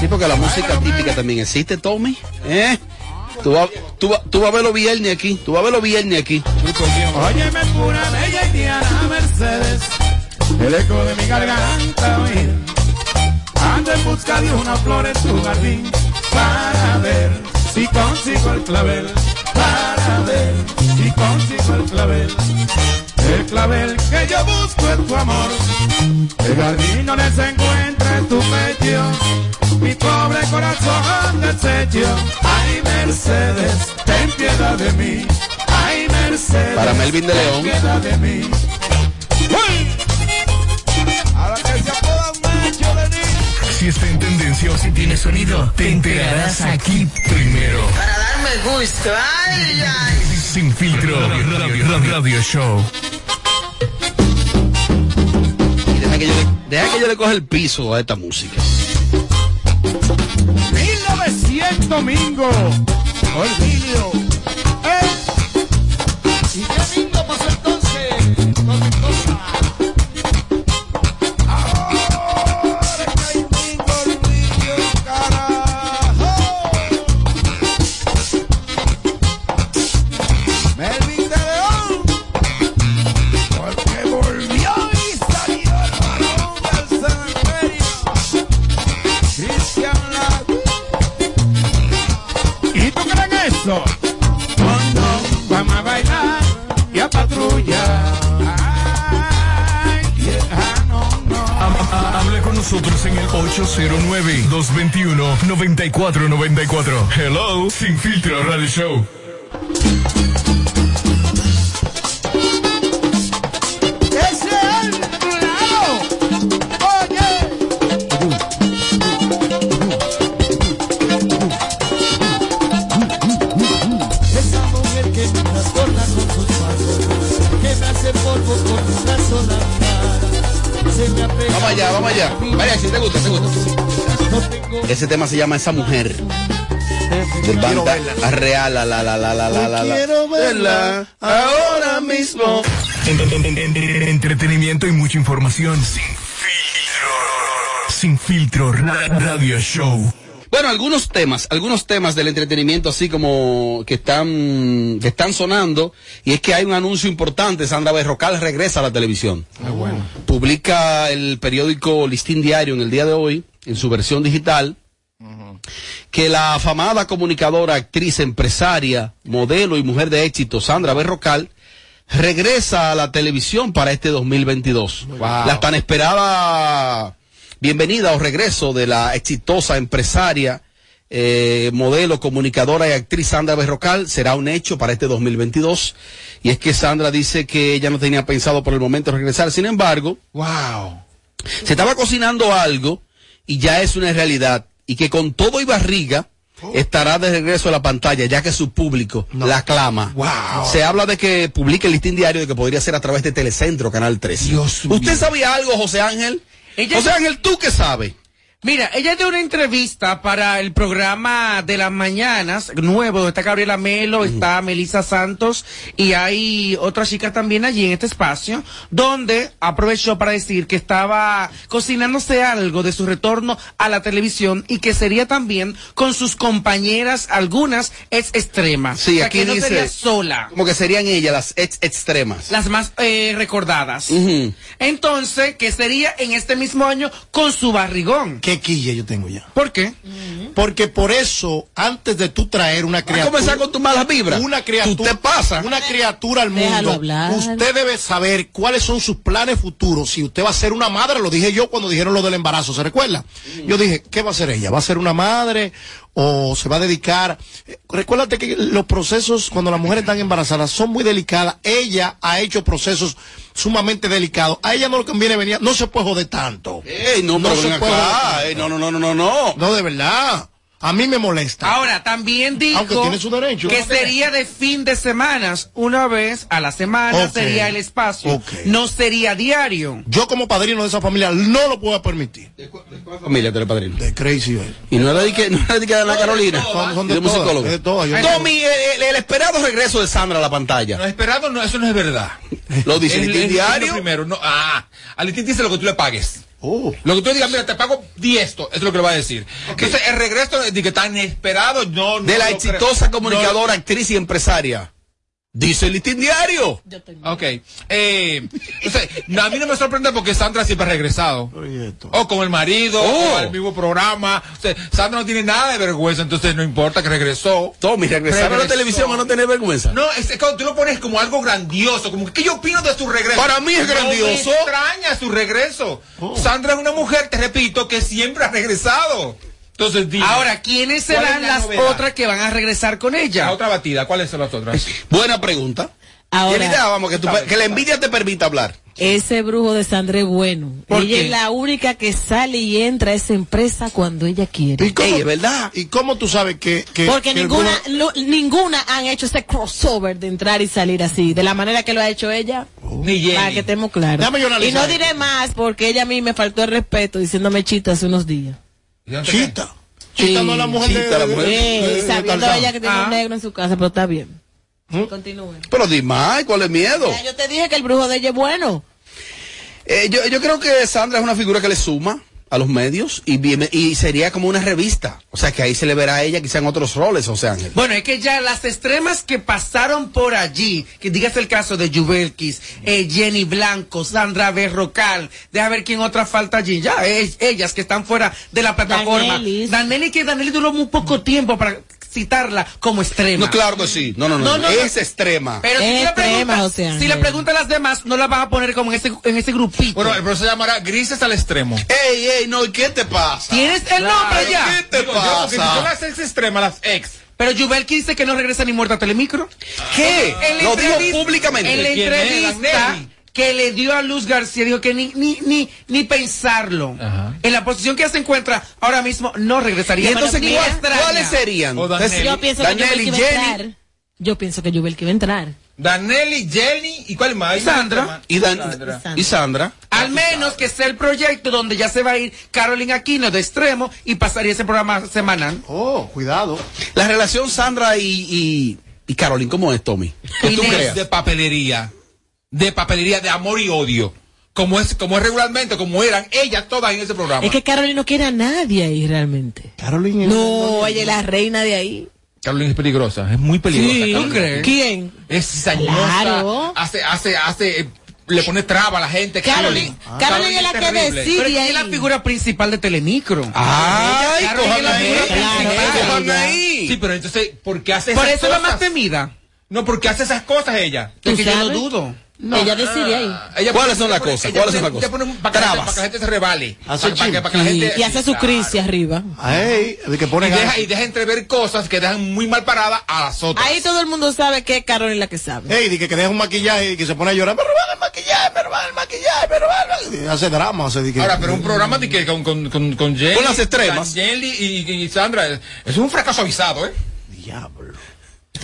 S2: Sí, porque la música típica también existe, Tommy. ¿Eh? Tú vas tú va- tú va a ver los viernes aquí. Tú vas a ver los viernes aquí.
S19: Óyeme pura bella haitiana Mercedes, el eco de mi garganta oír. Ando en busca de una flor en tu jardín para ver si consigo el clavel, para ver si consigo el clavel. El clavel que yo busco es tu amor, el jardín donde se encuentra en tu pecho, mi pobre corazón desecho. Ay Mercedes, ten piedad de mí. Ay Mercedes,
S2: Para Melvin de
S19: ten
S2: León.
S19: piedad de mí. Ahora que se apoda un macho de mí.
S15: Si está en tendencia o si tiene sonido, te enterarás aquí primero.
S19: Para darme gusto, ay, ay.
S15: Sin filtro, radio, radio, radio, radio show.
S2: Y deja que yo le, deja que yo le coja el piso a esta música.
S19: 1900 domingo. Olvidio. ¿Eh? ¿Y qué lindo pasó entonces? Con mi cosa. Ahora que hay domingo, Olvidio, carajo. Melvin de León. Porque volvió y salió el varón del cementerio. Cristian Lago. ¿Y tú creen eso? Cuando vamos a bailar y a patrullar.
S15: Habla con nosotros en el 809-221-9494. Hello, Sin Filtro Radio Show.
S19: ¡Ese es el lado! ¡Oye!
S20: Esa mujer que me transporta con sus pasos, que me hace polvo con una sola mirada. Se me apega.
S2: Vamos allá, vamos allá. Vaya, si te gusta, te gusta. Ese tema se llama Esa Mujer. De banda real, la, la, la, la, la, la, la.
S19: Quiero verla ahora mismo.
S15: En- en- en- en- en- Entretenimiento y mucha información. Sin Filtro. Sin Filtro Ra- Radio Show.
S2: Bueno, algunos temas, algunos temas del entretenimiento así como que están, que están sonando, y es que hay un anuncio importante, Sandra Berrocal regresa a la televisión.
S19: bueno.
S2: Publica el periódico Listín Diario en el día de hoy, en su versión digital, que la afamada comunicadora, actriz, empresaria, modelo y mujer de éxito, Sandra Berrocal, regresa a la televisión para este 2022. La tan esperada bienvenida o regreso de la exitosa empresaria, eh, modelo, comunicadora y actriz Sandra Berrocal será un hecho para este 2022. Y es que Sandra dice que ella no tenía pensado por el momento regresar. Sin embargo, wow. se estaba cocinando algo y ya es una realidad. Y que con todo y barriga
S5: Oh.
S2: estará de regreso a la pantalla, ya que su público la aclama. Se habla de que publique el listín diario de que podría ser a través de Telecentro, Canal 13. ¿Usted sabía algo, José Ángel? José Ángel, ¿tú qué sabes?
S3: Mira, ella dio una entrevista para el programa de las mañanas, nuevo, donde está Gabriela Melo, está Melissa Santos y hay otra chica también allí en este espacio, donde aprovechó para decir que estaba cocinándose algo de su retorno a la televisión y que sería también con sus compañeras, algunas es extrema.
S2: Sí,
S3: O sea,
S2: aquí
S3: que no
S2: dice-
S3: sería sola.
S2: Como que serían ellas las ex extremas.
S3: Las más eh, recordadas. Entonces, que sería en este mismo año con su barrigón.
S5: ¿Qué quilla yo tengo ya?
S3: ¿Por qué?
S5: Porque por e- eso, antes de tú traer una criatura.
S2: comenzar con tus malas vibras.
S5: Una criatura.
S2: Tú te pasas.
S5: Una criatura al
S2: Déjalo
S5: mundo.
S2: hablar.
S5: Usted debe saber cuáles son sus planes futuros. Si usted va a ser una madre, lo dije yo cuando dijeron lo del embarazo, ¿se recuerda? Yo dije, ¿qué va a ser ella? ¿Va a ser una madre? ¿O se va a dedicar? Eh, Recuérdate que los procesos cuando las mujeres están embarazadas son muy delicadas. Ella ha hecho procesos sumamente delicados. A ella no le conviene venir, no se puede joder tanto.
S2: Ey, no, pero ven acá. Ey, no, no, no, no, no.
S5: No, de verdad. A mí me molesta.
S3: Ahora, también
S5: Aunque
S3: dijo
S5: tiene su derecho.
S3: que sería de fin de semanas, una vez a la semana
S5: Ok.
S3: sería el espacio, no sería diario.
S5: Yo como padrino de esa familia no lo puedo permitir.
S2: Familia, tú eres padrino.
S5: De crazy. eh.
S2: Y no era de que, no era de que de la Carolina.
S5: Son- son de
S2: de
S5: todas,
S2: musicólogo.
S5: es de todas, yo-
S2: Tommy, el, el- el esperado regreso de Sandra a la pantalla. No,
S4: esperado no, eso no es verdad.
S2: Lo dice el,
S4: listín
S2: diario.
S4: Primero, no, ah, al listín dice lo que tú le pagues.
S2: Oh.
S4: Lo que tú digas, mira, te pago 10 esto, es lo que le va a decir. Entonces, el regreso de que tan esperado, no, no
S2: de la
S4: lo creo.
S2: exitosa
S4: No-
S2: comunicadora, actriz y empresaria. Dice el listín diario.
S4: Ok. Eh, entonces, no, a mí no me sorprende porque Sandra siempre ha regresado. O con el marido,
S2: Oh.
S4: o al mismo programa. O sea, Sandra no tiene nada de vergüenza, entonces no importa que regresó.
S2: Tommy, regresar a la televisión a no tener vergüenza.
S4: No, es, es cuando tú lo pones como algo grandioso, como que yo opino de su regreso.
S2: Para mí es
S4: No
S2: grandioso. Oh.
S4: me extraña su regreso. Sandra es una mujer, te repito, que siempre ha regresado. Entonces, dime,
S3: Ahora, ¿quiénes
S4: ¿cuál es
S3: serán
S4: la
S3: las
S4: novedad?
S3: otras que van a regresar con ella?
S4: La otra batida, ¿cuáles son las otras?
S2: Buena pregunta.
S1: Ahora-
S2: Yelida, vamos, que, tú- que la envidia te permita hablar.
S1: Ese brujo de Sandré es bueno.
S2: ¿Por
S1: Ella
S2: qué?
S1: es la única que sale y entra a esa empresa cuando ella quiere.
S5: ¿Y cómo, ¿Y cómo tú sabes que... que-
S1: Porque
S5: que
S1: ninguna,
S5: alguna-
S1: lo- ninguna han hecho ese crossover de entrar y salir así, de la manera que lo ha hecho ella.
S4: Ni Jenny.
S1: Para que estemos claros.
S4: Déjame yo
S1: Y
S4: analizar
S1: no diré más porque ella a mí me faltó el respeto diciéndome chita hace unos días.
S5: Chita. Chita no es la mujer de-
S2: Chita, la mujer
S1: Sí,
S2: de- de- de
S1: sabiendo
S2: Tarzán.
S1: ella que tiene
S2: Ah.
S1: un negro en su casa, pero está bien. Continúe.
S2: Pero di más, ¿cuál es miedo?
S1: Ya yo te dije que el brujo de ella es bueno.
S2: Eh, yo, yo creo que Sandra es una figura que le suma a los medios y, bien- y sería como una revista. O sea, que ahí se le verá a ella quizá en otros roles, o sea, Ángel.
S3: Bueno, es que ya las extremas que pasaron por allí, que digas el caso de Jubelkis, eh, Jenny Blanco, Sandra Berrocal, deja ver quién otra falta allí, ya eh, ellas que están fuera de la plataforma.
S2: Danielis.
S3: Danelli, que Danelli duró muy poco tiempo para citarla como extrema.
S2: No, claro que sí. No, no, no.
S3: No,
S2: no,
S3: no,
S2: es
S3: no.
S2: extrema.
S3: Pero si, le preguntas, si le preguntas a las demás, no las vas a poner como en ese, en ese grupito.
S4: Bueno, el profesor llamará Grises al extremo.
S2: Ey, ey, no, ¿y qué te pasa?
S3: ¿Tienes el nombre ya?
S4: ¿Qué te
S3: Digo yo,
S4: pasa?
S3: porque si son las
S4: ex extremas, las ex.
S3: Pero Jubelkis dice que no regresa ni muerta a Telemicro.
S2: ¿Qué?
S3: En la
S2: Lo dijo
S3: entrevista-
S2: públicamente.
S3: En la
S2: ¿Quién es,
S3: entrevista
S2: Agnelli?
S3: que le dio a Luz García, dijo que ni, ni, ni, ni pensarlo. En la posición que ella se encuentra ahora mismo, no
S2: Y
S3: regresaría.
S2: entonces,
S3: Ni
S2: ¿cuál-
S3: extraña.
S2: ¿cuáles serían? Entonces,
S1: Yo pienso que Jubel que va a entrar. Yo pienso que Jubel que va a entrar.
S4: Danelli, Jenny y cuál más?
S3: Sandra.
S2: Y, Dan- y Sandra.
S3: Al menos que sea el proyecto donde ya se va a ir Carolina Aquino de extremo y pasaría ese programa semanal.
S5: Oh, cuidado.
S2: La relación Sandra y, y, y Caroline, ¿cómo es, Tommy? ¿Qué tú
S4: Inés.
S2: creas?
S4: de papelería, de papelería de amor y odio, como es como es regularmente, como eran ellas todas en ese programa.
S1: Es que Carolina no quiere a nadie ahí realmente.
S5: Carolina.
S1: No, ella es la reina de ahí.
S4: Carolina es peligrosa, es muy peligrosa.
S1: Sí.
S4: Carolina.
S1: ¿Tú crees? ¿Quién?
S4: Es cizañosa,
S1: Claro.
S4: hace hace hace eh, le pone traba a la gente. Ah,
S1: Carolina.
S3: Ah.
S1: Carolina es la que
S4: terrible.
S1: decide Ah.
S3: Pero ella es la figura principal de Telemicro.
S4: Ay,
S3: Ella- Carolina es la
S1: ¿eh?
S3: figura
S4: Ah,
S3: principal.
S4: Sí, pero entonces, ¿por qué hace
S3: Por
S4: esas
S3: eso es la más
S4: cosas?
S3: temida.
S4: No, porque hace esas cosas ella.
S3: ¿Tú Porque yo sabes? no dudo.
S4: No.
S3: Ella decide ahí.
S4: Ah, Ella pone-
S2: ¿Cuáles son las
S4: ella pone-
S2: cosas?
S4: ella
S2: ¿Cuáles son las
S4: pone- ella
S2: cosas?
S4: pone un- Para que la gente-
S2: Trabas.
S4: para que la gente se revale.
S2: Hace
S4: Para- para que-
S2: chin.
S4: para que la gente-
S1: y hace su crisis arriba.
S5: Ay, de que pone
S4: y
S5: ganas.
S4: deja, y deja entrever cosas que dejan muy mal parada a las otras.
S1: Ahí todo el mundo sabe que es Carolina la que sabe.
S5: Ey, di que, que deja un maquillaje y que se pone a llorar. Me robaron el maquillaje, me robaron el maquillaje, me robaron. el maquillaje. Hace drama, o sea, di que-
S4: Ahora, pero un programa de que con, con, con, con Jenny,
S5: Con las extremas.
S4: con Jenny y, y- y Sandra, es un fracaso avisado, ¿eh?
S5: Diablo.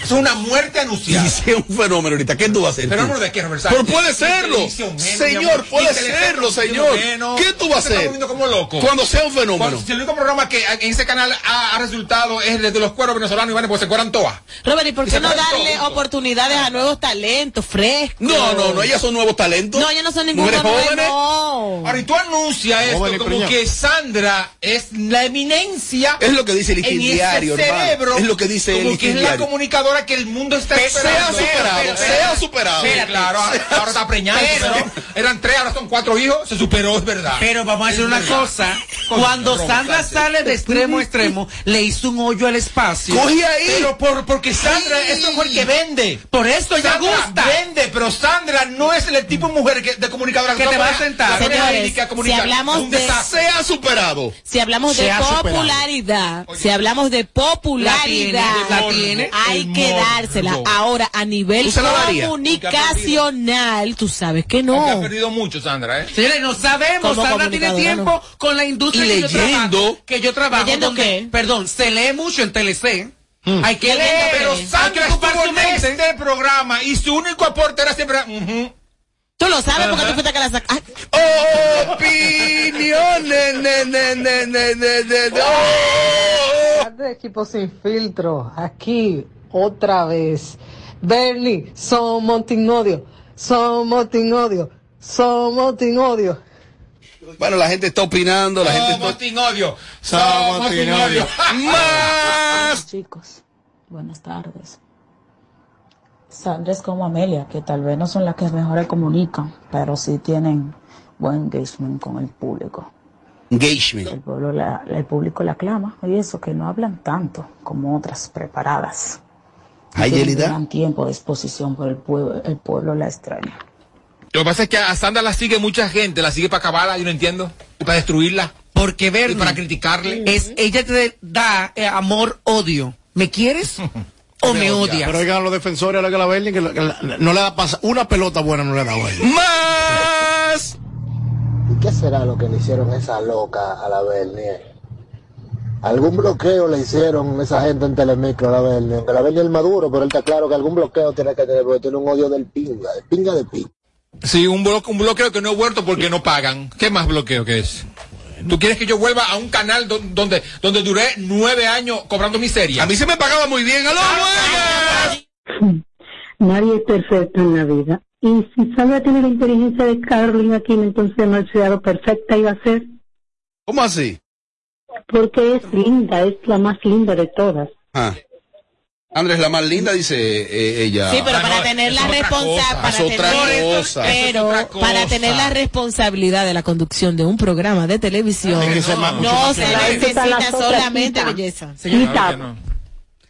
S4: Es una muerte anunciada.
S2: Y si es un fenómeno ahorita, ¿qué tú vas a hacer?
S4: Pero
S2: tú?
S4: no de qué, Robert
S2: Pero
S4: Sánchez.
S2: puede
S4: En
S2: serlo.
S4: televisión, eh, mi
S2: Señor,
S4: amor.
S2: puede
S4: En televisión,
S2: serlo,
S4: en
S2: señor.
S4: bueno.
S2: ¿Qué tú vas a
S4: Te estás
S2: hacer?
S4: moviendo como loco.
S2: Cuando sea un fenómeno.
S4: Cuando- si el único programa que en ese canal ha, ha resultado es el de los cueros venezolanos y van pues se cueran todas.
S1: Robert, ¿y por
S4: Y
S1: qué
S4: se
S1: no
S4: parece
S1: darle oportunidades a nuevos talentos, frescos?
S2: No, no, no, ellas son nuevos talentos.
S1: No, ellas no son ningún
S2: Mujeres
S1: nuevo-
S2: jóvenes.
S1: no.
S4: Ahora, y tú anuncias esto
S2: Jóvenes,
S4: como
S2: preñadas.
S4: que Sandra es la eminencia.
S2: Es lo que dice el
S4: en ese
S2: diario, hermano.
S4: cerebro,
S2: Es lo que dice el
S4: Como que es la
S2: diario.
S4: comunicadora que el mundo está
S2: Sea
S4: esperando.
S2: superado,
S4: Espérate,
S2: sea
S4: espérate.
S2: superado.
S4: Sí, claro, ahora- ahora está preñada. pero eran tres, ahora son cuatro hijos. Se superó, es verdad.
S3: Pero vamos a decir
S4: Es
S3: una
S4: verdad.
S3: cosa.
S4: Coño,
S3: Cuando
S4: Robert
S3: Sandra
S4: Sánchez.
S3: sale de extremo a extremo, le hizo un hoyo al espacio.
S4: Cogí ahí.
S3: Pero por, porque Sandra
S4: Sí.
S3: es una mujer que vende. Por eso ya
S4: Sandra
S3: gusta.
S4: Vende, pero Sandra no es el tipo de mujer que, de comunicadora
S3: Que te va a
S4: pones-
S3: sentar.
S4: la pones
S1: Señores,
S4: ahí que a
S1: si
S4: comunicar.
S1: hablamos
S4: Es un
S1: de-
S4: desastre.
S2: Sea superado.
S1: Si hablamos de
S2: Se ha superado.
S1: popularidad, si hablamos de popularidad,
S2: La tiene, la tiene.
S1: hay
S2: El
S1: que
S2: morbo.
S1: dársela. Ahora, a nivel
S4: ¿Tú se la darías?
S1: comunicacional, tú sabes que
S4: Aunque ha
S1: no.
S4: perdido mucho, Sandra, ¿eh?
S3: Señores, no sabemos.
S1: Como
S3: Sandra tiene
S1: comunicadora,
S3: tiempo con la industria
S4: Y
S3: que
S4: leyendo.
S3: yo trabajo. Que yo trabajo.
S1: ¿Leyendo
S3: donde-
S1: qué? Mm.
S3: Perdón, se lee mucho en TLC. Hay que
S4: Leyendo,
S3: leer.
S4: pero
S3: hay que
S4: Sandra
S3: ocupar
S4: estuvo
S3: su
S4: en
S3: mente.
S4: este programa y su único aporte era siempre. ujú.
S1: Tú lo sabes porque tú fuiste que la ah. sacaste.
S2: Opiniones, ne, ne, ne, ne, ne, ne, ne. Oh.
S6: de equipo sin filtro, aquí otra vez. Bernie, somos Team Odio, somos Team Odio, somos Team Odio.
S2: Bueno, la gente está opinando, la gente está...
S4: Somos sin odio.
S2: Somos sin odio.
S21: Buenos Chicos, buenas tardes. Sandra es como Amelia, que tal vez no son las que mejores comunican, pero sí tienen buen engagement con el público.
S2: Engagement.
S21: El, pueblo la- el público la aclama y eso que no hablan tanto como otras preparadas. No
S2: Ay,
S21: tienen
S2: Yelida.
S21: gran tiempo de exposición por el pueblo, el pueblo la extraña.
S4: Lo que pasa es que a Sandra la sigue mucha gente, la sigue para acabarla, yo no entiendo. Y para destruirla.
S3: Porque ver.
S4: Y para criticarle.
S3: Es, ella te da eh, amor, odio. ¿Me
S1: *laughs*
S3: quieres? o me odias.
S5: Pero oigan, los defensores, ahora que la ven, que la- que la- no le da pasa una pelota buena, no le da hoy.
S2: ¡Más!
S22: ¿Y qué será lo que le hicieron a esa loca a la Bernie? ¿Algún bloqueo le hicieron esa gente en Telemicro a la Bernie? Aunque la Bernie es maduro, pero él está claro que algún bloqueo tiene que tener, porque tiene un odio del pinga, de pinga de pinga.
S4: Sí, un, blo- un bloqueo que no he vuelto porque no pagan. ¿Qué más bloqueo que es? ¿Tú quieres que yo vuelva a un canal do- donde, donde duré nueve años cobrando miseria? A mí
S2: se me pagaba muy bien, aló.
S23: Nadie es perfecto en la vida. Y si Sandra tiene la inteligencia de Carolina King, entonces no es ciudadano perfecta iba a ser,
S2: ¿Cómo así?
S23: porque es linda, es la más linda de todas.
S2: Ah. Andrés, la más linda, dice eh, ella.
S1: Sí, pero para tener la responsabilidad, para
S2: Es otra
S1: tener-
S2: cosa.
S1: pero para tener la responsabilidad de la conducción de un programa de televisión,
S3: Tiene que ser más-
S1: no,
S3: mucho más
S1: se
S3: claro.
S1: necesita
S3: Las otras
S1: solamente
S3: quita.
S1: belleza.
S3: Señora,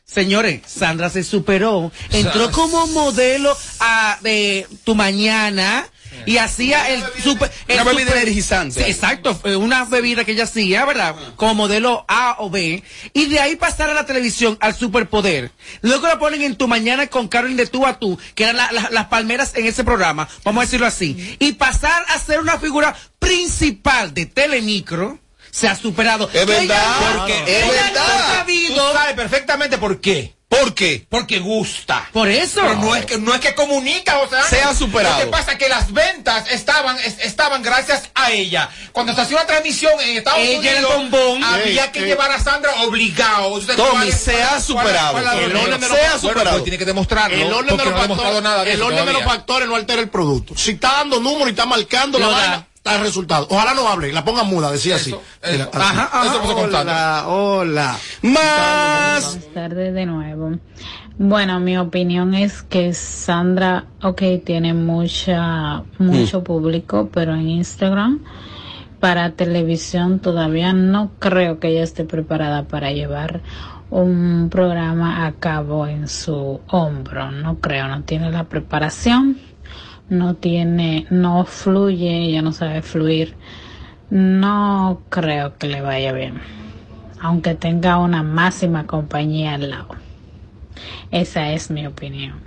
S3: Señores, Sandra se superó. Entró
S1: Sa-
S3: como modelo a de tu mañana y hacía el super. el
S2: Una bebida
S3: super-
S2: energizante.
S3: Sí, exacto, fue una bebida que ella hacía, ¿verdad? Como modelo A o B. Y de ahí pasar a la televisión, al superpoder. Luego la ponen en tu mañana con Carolyn de tú a tú, que eran la- la- las palmeras en ese programa, vamos a decirlo así. Y pasar a ser una figura principal de Telemicro. Se ha superado.
S4: Es verdad,
S3: Porque
S4: es
S3: ella
S4: verdad.
S3: no ha sabido-
S4: Tú sabes perfectamente por qué. ¿Por qué? Porque gusta.
S3: Por eso.
S4: Pero no es que no es que comunica, o sea,
S2: Sea superado.
S4: Lo que pasa es que las ventas estaban es- estaban gracias a ella. Cuando se hacía una transmisión en Estados
S3: Ella era el
S4: Unidos,
S3: bombón.
S4: había
S3: Ey,
S4: que
S3: ey.
S4: llevar a Sandra obligado. Ustedes
S2: Tommy,
S4: ¿cuál es-
S2: se
S4: cuál-
S2: ha
S4: cuál-
S2: superado.
S4: cuál es la
S2: El
S4: droga?
S2: orden de los-
S4: Se ha
S2: Bueno,
S4: superado.
S2: pues
S4: tiene que demostrarlo.
S5: El orden, de
S4: porque
S5: los,
S4: no ha demostrado
S5: factores,
S4: nada de
S5: el
S4: eso
S5: orden de los
S4: todavía.
S5: factores no altera el producto. Si está dando número y está marcando la
S4: Lo da.
S5: vaina, está el resultado. Ojalá no hable, la ponga muda, decía así. Mira, así.
S4: ajá, ajá, eso pasó con
S5: hola, hola.
S2: Más.
S10: Buenas tardes de nuevo. Bueno, mi opinión es que Sandra, ok, tiene mucha, mucho público, pero en Instagram, para televisión todavía no creo que ella esté preparada para llevar un programa a cabo en su hombro. No creo, no tiene la preparación, no tiene, no fluye, ella no sabe fluir. No creo que le vaya bien aunque tenga una máxima compañía al lado. Esa es mi opinión.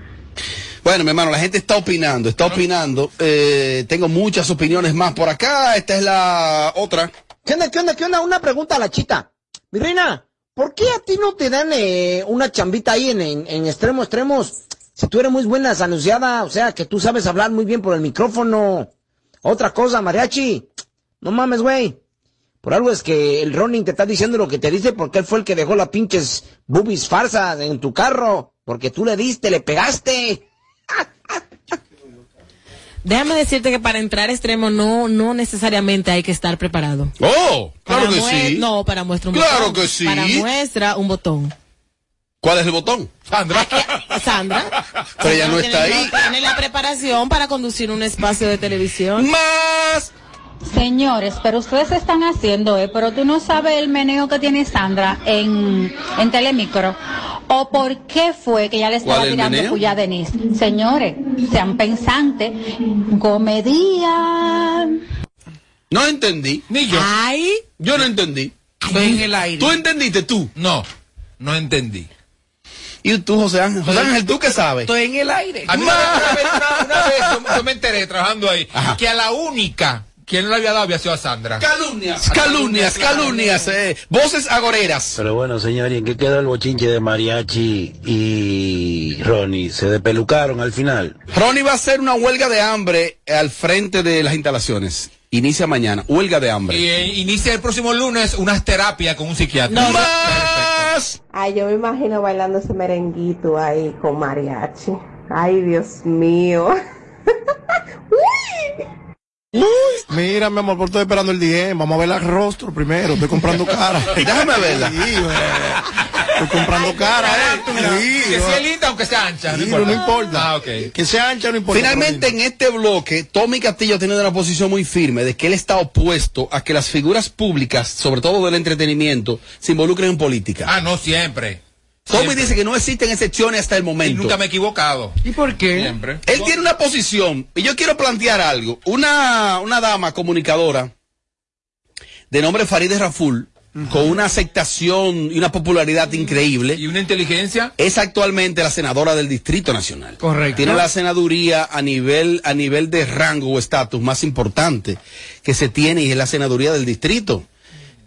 S2: Bueno, mi hermano, la gente está opinando, está opinando. Eh, tengo muchas opiniones más por acá. Esta es la otra.
S24: ¿Qué onda, qué onda, qué onda? Una pregunta a la chica. Mi reina,
S7: ¿Por qué a ti no te dan eh, una chambita ahí en, en, en extremo, extremos? Si tú eres muy buena anunciada, o sea, que tú sabes hablar muy bien por el micrófono. Otra cosa, mariachi. No mames, güey. Por algo es que el Ronin te está diciendo lo que te dice porque él fue el que dejó las pinches boobies farsas en tu carro. Porque tú le diste, le pegaste.
S1: Déjame decirte que para entrar extremo no, no necesariamente hay que estar preparado.
S2: Oh, claro
S1: Para
S2: que
S1: mue-
S2: sí.
S1: No, para muestra un
S2: Claro
S1: botón.
S2: que sí.
S1: Para muestra un botón.
S2: ¿Cuál es el botón? Sandra.
S1: Ah, eh, Sandra.
S2: Pero ella no está ahí.
S1: Tiene la preparación para conducir un espacio de televisión.
S2: Más.
S10: Señores, pero ustedes están haciendo, ¿eh? Pero tú no sabes el meneo que tiene Sandra en, en Telemicro. ¿O por qué fue que ya le estaba
S8: ¿Cuál el
S10: tirando
S8: meneo?
S10: puya a Denise? Señores, sean pensantes. Comedia.
S2: No entendí.
S4: Ni yo.
S1: Ay.
S2: Yo no entendí.
S4: En el aire.
S2: ¿Tú entendiste tú?
S4: No, no entendí.
S2: ¿Y tú, José Ángel? José Ángel, ¿tú qué sabes?
S3: Pues, Estoy en el aire.
S4: A
S3: *laughs*
S4: mí una, vez- una- una vez yo, yo me enteré trabajando ahí que a la única quien no le había dado había sido a Sandra.
S2: Calumnias, calumnias, calumnias, eh, voces agoreras.
S12: Pero bueno, señor, ¿y en qué quedó el bochinche de Mariachi y Ronnie? ¿Se despelucaron al final?
S2: Ronnie va a hacer una huelga de hambre al frente de las instalaciones. Inicia mañana, huelga de hambre.
S4: Y eh, inicia el próximo lunes unas terapias con un psiquiatra.
S14: Ay, yo me imagino bailando ese merenguito ahí con mariachi. Ay, Dios mío. *laughs*
S5: Mira, mi amor, por estoy esperando el 10. Vamos a ver el rostro primero. Estoy comprando
S4: *laughs*
S5: cara.
S2: Déjame verla.
S5: Sí, eh. estoy comprando cara, eh. Sí,
S4: que
S5: eh.
S4: sea linda aunque sea ancha.
S5: Sí,
S4: no
S5: no
S4: importa. Ah, ok.
S5: Que sea ancha, no importa.
S2: Finalmente, en este bloque, Tommy Castillo tiene una posición muy firme de que él está opuesto a que las figuras públicas, sobre todo del entretenimiento, se involucren en política.
S4: Ah, no siempre.
S2: Tommy dice que no existen excepciones hasta el momento.
S4: Nunca me he equivocado.
S2: ¿Y por qué? Él tiene una posición, y yo quiero plantear algo. Una, una dama comunicadora de nombre Farideh Raful, con una aceptación y una popularidad increíble.
S4: ¿Y una inteligencia?
S2: Es actualmente la senadora del Distrito Nacional.
S3: Correcto.
S2: Tiene la senaduría a nivel, a nivel de rango o estatus más importante que se tiene y es la senaduría del distrito.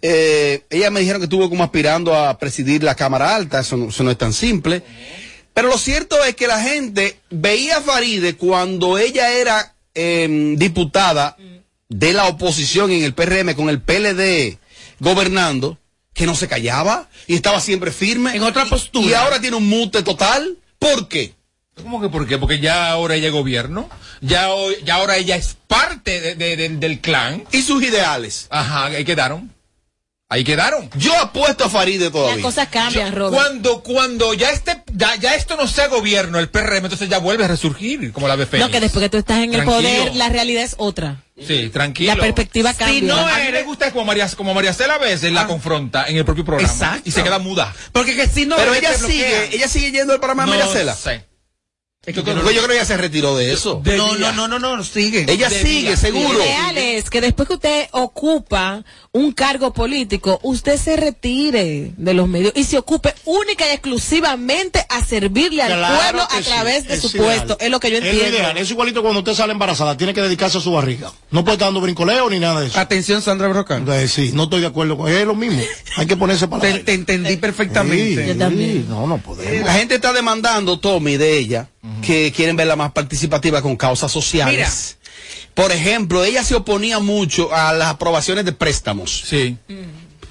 S2: Eh, ella me dijeron que estuvo como aspirando a presidir la Cámara Alta, eso no, eso no es tan simple. Pero lo cierto es que la gente veía a Faride cuando ella era em, diputada de la oposición en el PRM con el PLD gobernando, que no se callaba y estaba siempre firme. En otra postura. Y ahora tiene un mute total. ¿Por qué?
S4: ¿Cómo que por qué? Porque ya ahora ella es gobierno, ya, hoy- ya ahora ella es parte de- de- de- del clan.
S2: Y sus ideales.
S4: Ajá, ahí quedaron. Ahí quedaron.
S2: Yo apuesto a Faride
S1: Las
S2: todavía.
S1: cosas cambian, Robert.
S4: Cuando, cuando ya este, ya, ya esto no sea gobierno, el PRM, entonces ya vuelve a resurgir, como la E BF.
S1: No, que después que tú estás en
S4: Tranquilo.
S1: el poder, la realidad es otra.
S4: Sí, tranquilo.
S1: La perspectiva cambia.
S4: Si no a mí me gusta como María, como María Cela a veces
S1: Ah.
S4: la confronta en el propio programa.
S3: Exacto.
S4: Y se queda muda.
S3: Porque que si no.
S2: Pero
S3: es
S1: este
S3: que
S2: ella
S3: te bloquean.
S2: sigue, ella sigue yendo al programa de
S4: No
S2: María Cela.
S4: sé.
S2: Yo, creo- yo creo que ella se retiró de eso.
S3: No, no, no, no, no, sigue.
S2: Ella sigue, seguro.
S1: Lo ideal es que después que usted ocupa un cargo político, usted se retire de los medios y se ocupe única y exclusivamente a servirle al
S5: Claro
S1: pueblo
S5: que
S1: a
S5: sí,
S1: través de
S5: es
S1: su
S5: ideal.
S1: puesto. Es lo que yo
S5: Es
S1: entiendo.
S5: ideal, es igualito cuando usted sale embarazada, tiene que dedicarse a su barriga. No puede estar dando brincoleo ni nada de eso. Eh,
S3: Atención, Sandra Broca.
S5: sí, no estoy de acuerdo con es lo mismo. Hay que ponerse para
S3: Te, te entendí perfectamente.
S5: Yo también. No, no podemos.
S2: La gente está demandando, Tommy, de ella, que quieren verla más participativa con causas sociales. Por ejemplo, ella se oponía mucho a las aprobaciones de préstamos.
S4: Sí.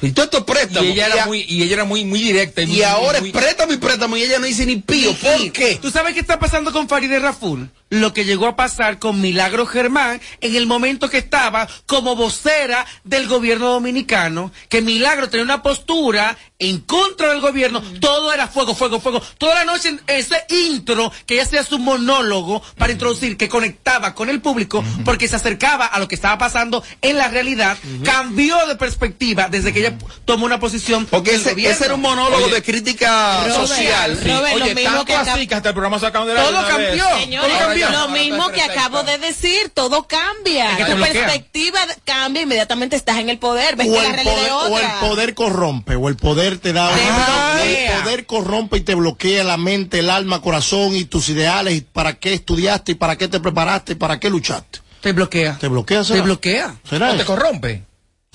S2: Y todos estos préstamos.
S4: Y ella era muy- y ella era muy, muy directa.
S2: Y,
S4: muy-
S2: ahora
S4: muy-
S2: es préstamo y préstamo y ella no dice ni pío. ¿Por qué?
S3: ¿Tú sabes qué está pasando con Farideh Raful? Lo que llegó a pasar con Milagro Germán en el momento que estaba como vocera del gobierno dominicano, que Milagro tenía una postura en contra del gobierno, todo era fuego, fuego, fuego. Toda la noche en ese intro que ella hacía su monólogo para introducir que conectaba con el público porque se acercaba a lo que estaba pasando en la realidad, cambió de perspectiva desde que ella tomó una posición. Porque
S2: ese- ese era un monólogo de crítica Robert, social.
S4: Sí.
S1: Robert, lo
S4: Oye,
S1: mismo
S4: tanto
S1: que acá-
S4: así que hasta el programa sacaron de la
S1: Todo
S4: de una vez.
S1: cambió. Señores,
S4: Ahora ya-
S1: lo
S4: ahora
S1: mismo
S4: está
S1: que
S4: perfecto.
S1: acabo de decir, todo cambia.
S5: Es que te
S1: tu
S5: bloquean.
S1: perspectiva cambia, inmediatamente estás en el poder, ves que
S5: o
S1: la
S5: el,
S1: realidad
S5: poder,
S1: es
S5: o el
S1: otra.
S5: poder corrompe, o el poder te da... o el poder corrompe y te bloquea la mente, el alma, corazón y tus ideales, y para qué estudiaste, y para qué te preparaste, y para qué luchaste.
S3: Te bloquea.
S5: Te bloquea, será?
S3: Te bloquea.
S5: ¿Será
S4: O te
S5: eso?
S4: corrompe.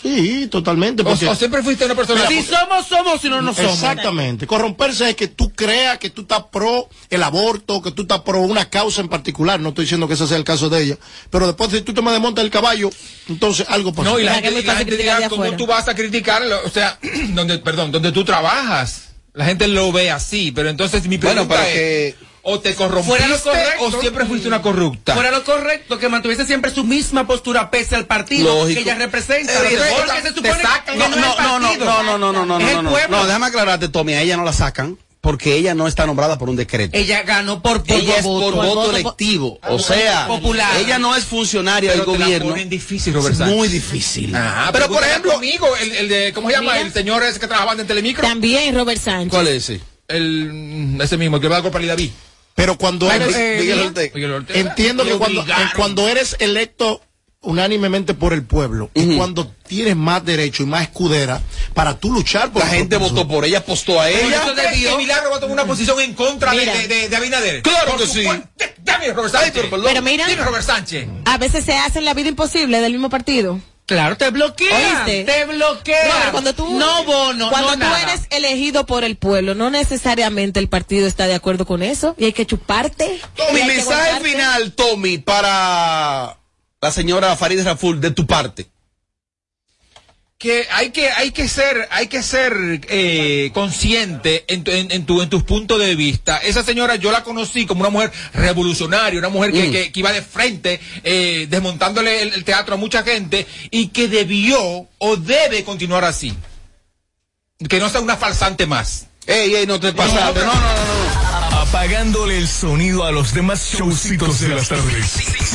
S5: Sí, totalmente. pues,
S4: O- o siempre fuiste una persona-
S3: Si somos, somos, si no, no somos.
S5: Exactamente. Corromperse es que tú creas que tú estás pro el aborto, que tú estás pro una causa en particular. No estoy diciendo que ese sea el caso de ella. Pero después, si tú te me desmontas el caballo, entonces algo pasa.
S4: No, y la gente, la gente dirá, "Ah, ¿cómo tú vas a criticar? lo- O sea, *clears throat* donde, perdón, donde tú trabajas. La gente lo ve así, pero entonces mi pregunta
S2: Bueno, pero
S4: es, o te corrompiste
S3: Fuera lo
S4: o
S3: correcto.
S4: siempre fuiste una corrupta.
S3: Fuera lo correcto, que mantuviese siempre su misma postura pese al partido
S2: Lógico.
S3: que ella representa.
S2: Eh,
S3: Porque
S2: te
S3: se
S2: sacan,
S3: supone
S2: te sacan.
S3: que
S2: No,
S3: no, es el
S2: no, no, no,
S3: partido.
S2: no, no, no, no, no,
S3: Es
S2: no,
S3: el
S2: no.
S3: pueblo.
S2: No, déjame aclararte, Tommy, a ella no la sacan porque ella no está nombrada por un decreto.
S3: Ella ganó por poco
S2: Ella es por
S3: voto.
S2: voto electivo, o sea,
S3: popular.
S2: ella no es funcionaria
S4: Pero
S2: del
S4: te la
S2: gobierno.
S4: ponen difícil, Robert
S2: es
S4: Sánchez.
S2: muy difícil.
S4: Ah, pero por ejemplo, conmigo, el, el de, ¿cómo se llama? El señor ese que trabajaba en Telemicro.
S1: También Robert Sánchez.
S4: ¿Cuál es ese? El, mm, ese mismo, el que va a la Copa Lidaví.
S5: Pero cuando
S4: Ay,
S5: eres-
S4: eh,
S5: Miguel
S4: Miguel
S5: Ortega.
S4: Miguel Ortega.
S5: Entiendo que
S4: Lo
S5: cuando,
S4: obligaron.
S5: eh, cuando eres electo unánimemente por el pueblo y cuando tienes más derecho y más escudera para tú luchar por
S2: La gente votó por ella, apostó a
S4: Pero
S2: ella.
S4: ¿tú crees que Milagro va a tomar una posición en contra de,
S1: Mira.
S4: de, de, de Abinader?
S2: Claro
S4: Por
S2: que sí.
S4: supuesto. Dame, Robert Sánchez.
S1: Pero mira-
S4: Dime, Robert Sánchez.
S1: A veces se hace la vida imposible del mismo partido.
S3: Claro, te bloquea.
S1: ¿Oíste?
S3: Te bloquea.
S1: No, pero cuando tú,
S3: No bono,
S1: cuando
S3: no
S1: tú
S3: nada.
S1: eres elegido por el pueblo, no necesariamente el partido está de acuerdo con eso y hay que chuparte.
S2: Tommy,
S1: y hay que
S2: mensaje
S1: aguantarte.
S2: final, Tommy, para la señora Farid Raful, de tu parte.
S4: que hay que hay que ser hay que ser eh, consciente en, tu- en, en tu- en tus puntos de vista esa señora yo la conocí como una mujer revolucionaria una mujer que,
S2: Mm.
S4: que- que iba de frente eh, desmontándole el, el teatro a mucha gente y que debió o debe continuar así que no sea una falsante más
S2: ey ey no te pasaste no no no,
S16: Apagándole el sonido a los demás showcitos de las tardes.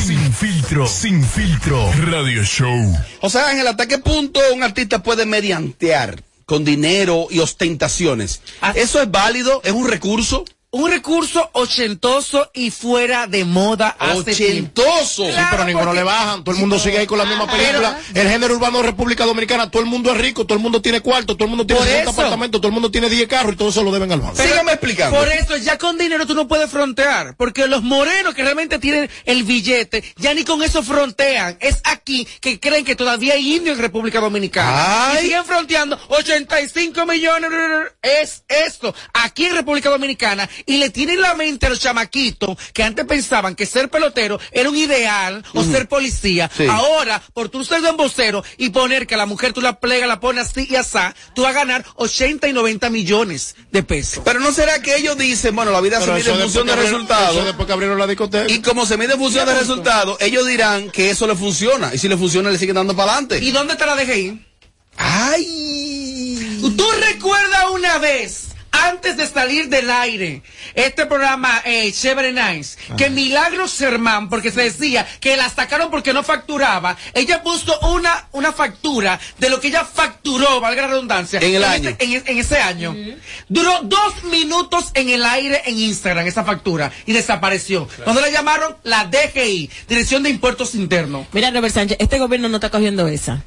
S16: Sin filtro, sin filtro. Radio Show.
S2: O sea, Ángel, ¿hasta qué punto un artista puede mediantear con dinero y ostentaciones?
S3: Ah.
S2: ¿Eso es válido? ¿Es un recurso?
S3: Un recurso ochentoso y fuera de moda hace tiempo.
S2: Ochentoso.
S5: Sí, pero a ninguno le bajan. Todo el mundo sigue ahí
S3: Ah,
S5: con la misma película. El género urbano de República Dominicana, todo el mundo es rico, todo el mundo tiene cuarto, todo el mundo tiene
S3: Por
S5: 60
S3: eso.
S5: apartamentos, todo el mundo tiene 10 carros y todo eso lo deben al banco.
S3: Pero
S5: explicando.
S3: Por e- eso ya con dinero tú no puedes frontear, porque los morenos que realmente tienen el billete ya ni con eso frontean. Es aquí que creen que todavía hay indio en República Dominicana. Y siguen fronteando 85 millones. brr, brr, Es esto, aquí en República Dominicana. Y le tienen la mente a los chamaquitos que antes pensaban que ser pelotero era un ideal o ser policía.
S2: Sí.
S3: Ahora, por tú ser vocero y poner que a la mujer tú la plega, la pones así y asá, tú vas a ganar 80 y 90 millones de pesos.
S2: Pero no será que ellos dicen, bueno, la vida
S3: Pero
S2: se
S3: eso
S2: mide en
S3: después
S2: función
S3: que
S2: de
S3: abrieron- eso
S2: resultados.
S3: después
S5: que abrieron la discoteca.
S2: Y como se mide en función de resultados, ellos dirán que eso le funciona. Y si le funciona, le siguen dando para adelante.
S3: ¿Y dónde te la dejé ir?
S2: ¡Ay!
S3: ¿Tú recuerdas una vez? Antes de salir del aire, este programa eh, Chévere Nice, que Milagro Sermán, porque se decía que la sacaron porque no facturaba, ella puso una, una factura de lo que ella facturó, valga la redundancia,
S2: En el
S3: ese-
S2: año.
S3: en, en ese año. Duró dos minutos en el aire en Instagram, esa factura, y desapareció. Cuando la llamaron, la DGI, Dirección de Impuestos Internos.
S1: Mira, Robert Sánchez, este gobierno no está cogiendo esa.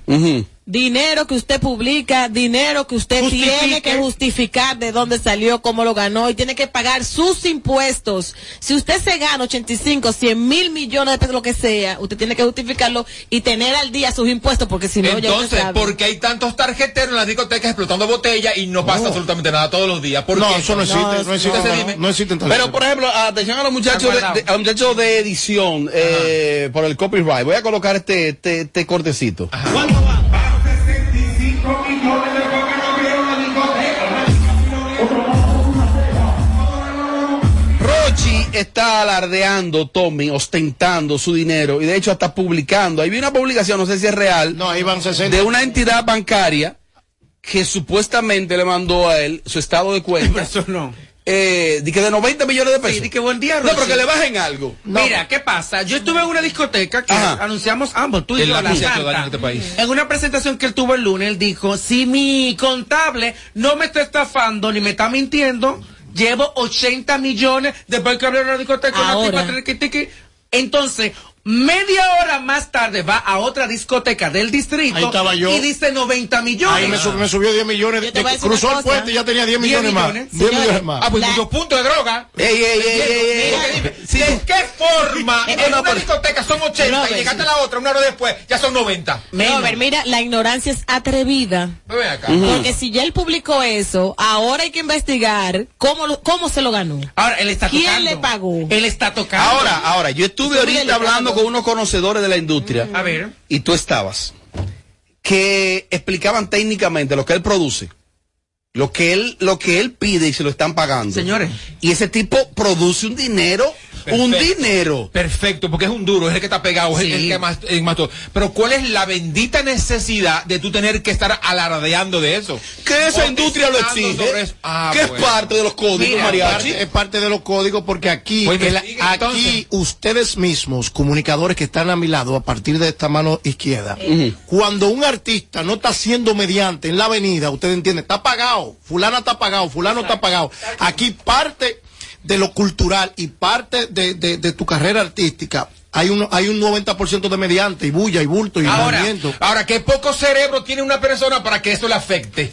S1: Dinero que usted publica, dinero que usted
S3: Justifique.
S1: tiene que justificar de dónde salió, cómo lo ganó y tiene que pagar sus impuestos. Si usted se gana 85, 100 mil millones de pesos, lo que sea, usted tiene que justificarlo y tener al día sus impuestos porque si no, ya usted
S4: entonces
S1: sabe.
S4: porque hay tantos tarjeteros en las discotecas explotando botellas y no pasa absolutamente nada todos los días ¿Por
S5: No,
S4: qué?
S5: eso no existe, no existe,
S4: Entonces
S5: no,
S4: dime,
S5: no existen
S2: Pero, por ejemplo, atención a los muchachos de, de- a los muchachos de edición eh, por el copyright. Voy a colocar este, este, este cortecito. Rochi está alardeando, Tommy, ostentando su dinero y de hecho hasta publicando. Ahí vi una publicación, no sé si es real,
S5: No, ahí van 60.
S2: de una entidad bancaria que supuestamente le mandó a él su estado de
S3: *laughs*
S2: cuenta. Eso
S3: no.
S2: Eh, di que de 90 millones de pesos.
S3: Sí, di que buen día,
S2: No, pero
S3: Rochi.
S2: que le bajen algo.
S3: Mira, ¿qué pasa? Yo estuve en una discoteca que anunciamos ambos, tú y
S4: Es
S3: yo,
S4: la
S3: la
S4: que se ha hecho
S3: Santa.
S4: daño en este país.
S3: En una presentación que él tuvo el lunes, él dijo, si mi contable no me está estafando ni me está mintiendo, llevo 80 millones después que abrieron la discoteca. una
S1: Ahora.
S3: tipa, triqui, triqui. Entonces, media hora más tarde va a otra discoteca del distrito
S5: Ahí estaba yo.
S3: y dice 90 millones.
S5: Ahí me, sub- me subió 10 millones.
S3: Yo te voy a
S5: de-
S3: decir
S5: cruzó
S3: una
S5: el
S3: cosa.
S5: puente y ya tenía 10
S3: 10
S5: millones, más. 10
S3: millones.
S4: pues,
S3: Señores,
S5: millones más.
S4: Ah, pues muchos puntos de droga.
S2: Ey, ey, ey, ey, ey.
S4: ¿De qué forma en una
S1: pues.
S4: discoteca son 80 y
S1: Robert.
S4: llegaste a la otra una hora después, ya son 90?
S1: Robert, mira, la ignorancia es atrevida.
S4: Pero ven acá.
S1: Porque si ya él publicó eso, ahora hay que investigar cómo, lo- cómo se lo ganó.
S3: Ahora, él está
S1: ¿Quién
S3: tocando.
S1: le pagó?
S3: Él está tocando.
S2: Ahora, ahora, yo estuve ahorita hablando con unos conocedores de la industria.
S3: A ver.
S2: Y tú estabas. Que explicaban técnicamente lo que él produce. Lo que él, lo que él pide y se lo están pagando. Señores. Y ese tipo produce un dinero, un
S4: Perfecto.
S2: dinero.
S4: Perfecto, porque es un duro, es el que está pegado, es el- el que más, el más todo. Pero ¿cuál es la bendita necesidad de tú tener que estar alardeando de eso?
S2: Que esa industria lo
S4: Protestando
S2: exige,
S4: sobre eso. Ah,
S2: que es
S4: bueno.
S2: parte de los códigos,
S4: Mira,
S5: Parte- es parte de los códigos porque aquí,
S4: Pues
S5: el-
S4: investigue,
S5: aquí ustedes mismos, comunicadores que están a mi lado a partir de esta mano izquierda, cuando un artista no está siendo mediante en la avenida, usted entiende, está pagado, fulano está pagado, fulano está pagado. Aquí parte de lo cultural y parte de, de- de tu carrera artística. Hay un, hay un 90% de mediante y bulla y bulto y
S4: Ahora,
S5: movimiento.
S4: ahora, ¿qué poco cerebro tiene una persona para que eso le afecte?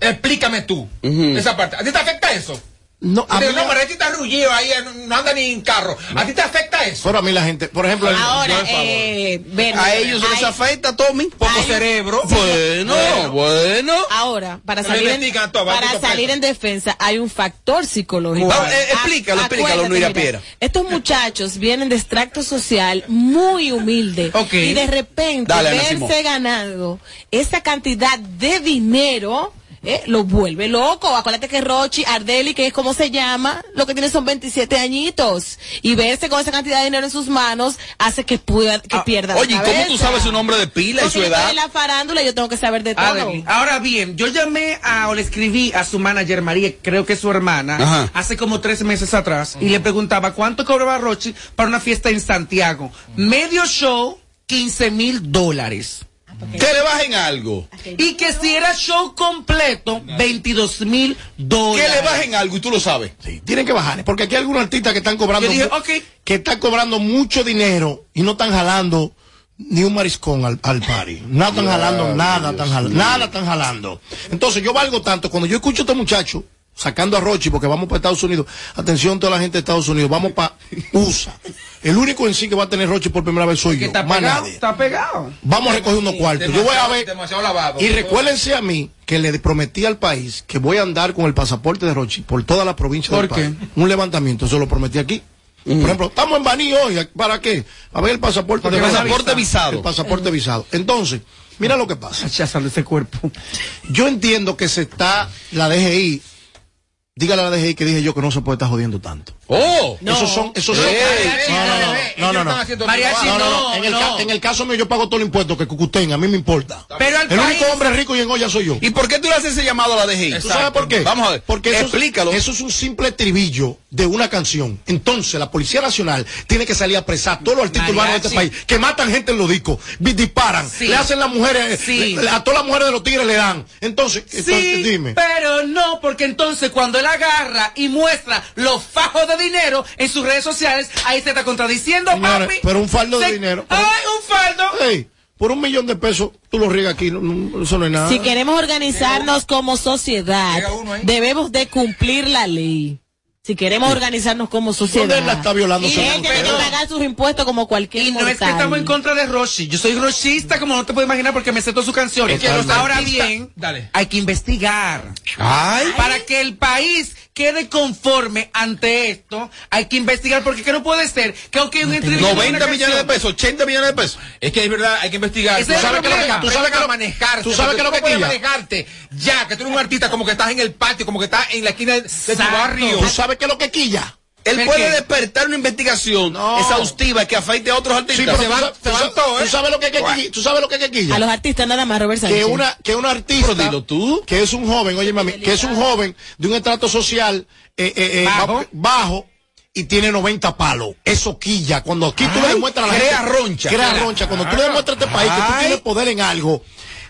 S4: Explícame tú, esa parte. ¿A ti te afecta eso?
S5: No, a
S4: Digo,
S5: mí
S4: no,
S5: la-
S4: pero a ti te arrullido este ahí, no- no anda ni en carro. ¿A ti te afecta eso?
S5: Pero a mí la gente, por ejemplo, el-
S1: Ahora,
S5: Por favor.
S1: eh, Bernie,
S5: A ellos se les
S1: hay-
S2: afecta, Tommy.
S4: Poco cerebro.
S2: Bueno, bueno.
S1: Ahora, para
S4: Lo
S1: salir, en,
S4: investigan todo,
S1: para
S4: maldito
S1: salir en defensa hay un factor psicológico.
S2: Vamos, eh,
S1: A-
S2: explícalo, explícalo,
S1: acuérdate,
S2: Nuria
S1: mira,
S2: Piera.
S1: Estos muchachos vienen de extracto social muy humilde
S2: Ok.
S1: y de repente
S2: Dale, Ana Simón.
S1: verse ganado esa cantidad de dinero eh, lo vuelve loco. Acuérdate que Rochi, Ardeli, que es como se llama, lo que tiene son 27 añitos. Y verse con esa cantidad de dinero en sus manos hace que, pueda, que pierda la
S2: Ah, Oye, ¿y cómo tú
S1: cabeza.
S2: sabes su nombre de pila y
S1: Porque
S2: su
S1: yo estoy
S2: edad? Ah,
S1: en la farándula y yo tengo que saber de
S3: A
S1: todo.
S3: ver, ahora bien, yo llamé a, o le escribí a su manager María, creo que es su hermana,
S2: Ajá.
S3: hace como tres meses atrás, y le preguntaba cuánto cobraba Rochi para una fiesta en Santiago. Medio show, 15 mil dólares.
S2: Que le bajen algo.
S3: Y que si era show completo, 22 mil dólares.
S5: Que le bajen
S2: algo y tú lo sabes.
S5: tienen que bajar, porque aquí hay algunos artistas que están cobrando
S3: Yo dije,
S5: mu- que están cobrando mucho dinero y no están jalando ni un mariscón al, al party. No están jalando nada, están jala- nada están jalando. Entonces yo valgo tanto cuando yo escucho a este muchacho sacando a Rochi porque vamos para Estados Unidos. Atención toda la gente de Estados Unidos, vamos para USA. El único en sí que va a tener Rochi por primera vez soy yo,
S3: Está
S5: más
S3: pegado,
S5: nadie.
S3: está pegado.
S5: Vamos a recoger unos cuartos. Yo voy a ver
S4: Demasiado lavado.
S5: y recuérdense a mí que le prometí al país que voy a andar con el pasaporte de Rochi por toda la provincia del
S3: ¿Por qué? Mm.
S5: país. Un levantamiento, eso lo prometí aquí. Por ejemplo, estamos en Baní hoy, ¿para qué? A ver el pasaporte
S3: Porque
S5: de
S3: van a
S5: Rochi.
S3: visar.
S5: El pasaporte visado. Entonces, mira lo que pasa.
S3: Rechazando ese cuerpo.
S5: Yo entiendo que se está la DGI. Dígale a la DGI que dije yo que no se puede estar jodiendo tanto.
S2: ¡Oh!
S5: Esos son, esos son.
S2: Ey,
S5: No, no, no,
S22: Eh,
S5: no, no, no.
S3: Mariachi,
S5: No, no, no.
S3: no,
S5: En, el
S3: no.
S5: ca- en el caso mío yo pago todo el impuesto que cucuten, a mí me importa.
S3: Pero al
S5: el
S3: país-
S5: único hombre rico y en olla soy yo.
S2: ¿Y por qué tú le haces ese llamado a la DGI?
S5: ¿Tú sabes por qué?
S2: Vamos a ver.
S5: Porque eso, es-
S2: explícalo.
S5: eso es un simple estribillo de una canción. Entonces, la Policía Nacional tiene que salir a presar a todos los artistas urbanos de este
S3: Mariachi.
S5: país que matan gente en los discos, vi- disparan,
S3: Sí.
S5: le hacen las mujeres, eh,
S3: Sí.
S5: le- a todas las mujeres de los tigres le dan. Entonces,
S3: Sí,
S5: entonces, dime.
S3: pero no, porque entonces cuando él agarra y muestra los fajos de dinero en sus redes sociales, ahí se está contradiciendo,
S5: Señores,
S3: papi.
S5: pero un faldo de
S3: Se-
S5: dinero.
S3: ¡Ay, un faldo!
S5: Ey, por un millón de pesos, tú lo riegas aquí, no- no- eso no es nada.
S1: Si queremos organizarnos como sociedad, debemos de cumplir la ley. Si queremos organizarnos como sociedad,
S5: ¿Dónde la está violando,
S1: y
S5: señor?
S1: él tiene que
S5: Pero-
S1: pagar sus impuestos como cualquier
S3: Y no es que
S1: mortal.
S3: estamos en contra de Roshi. Yo soy rochista, como no te puedes imaginar, porque me sé todas sus canciones.
S4: Es que los
S3: Ahora
S4: artistas-
S3: bien,
S4: Dale.
S3: hay que investigar.
S2: Ay.
S3: Para que el país quede conforme ante esto, hay que investigar, porque que no puede ser que aunque un entrevista
S2: 90 millones de pesos, 80 millones de pesos.
S4: Es que es verdad, hay que investigar.
S3: Ese es el
S4: que lo
S3: problema.
S4: tú sabes que lo manejar.
S5: tú sabes que lo que
S4: puedes
S5: quilla.
S4: manejarte. Ya, que tú eres un artista como que estás en el patio, como que estás en la esquina de, de tu
S3: Exacto.
S4: barrio.
S5: ¿Tú sabes qué es lo que quilla?
S2: Él
S4: ¿El
S2: puede
S4: qué?
S2: despertar una investigación exhaustiva que afecte a otros
S5: Sí, pero
S2: artistas.
S5: tú sabes- tú sabes- tú sabes lo que es que quilla- tú sabes lo que es que quilla.
S1: A los artistas nada más, Robert Sánchez.
S5: que una que un artista que es un joven oye mami que es un joven de un estrato social eh, eh, eh, va- bajo. y tiene 90 palos eso quilla cuando aquí tú le
S2: Ay,
S5: demuestras a la
S2: crea
S5: gente-
S2: roncha.
S5: crea
S2: Claro.
S5: roncha cuando tú le demuestras a este país que tú
S2: Ay.
S5: tienes poder en algo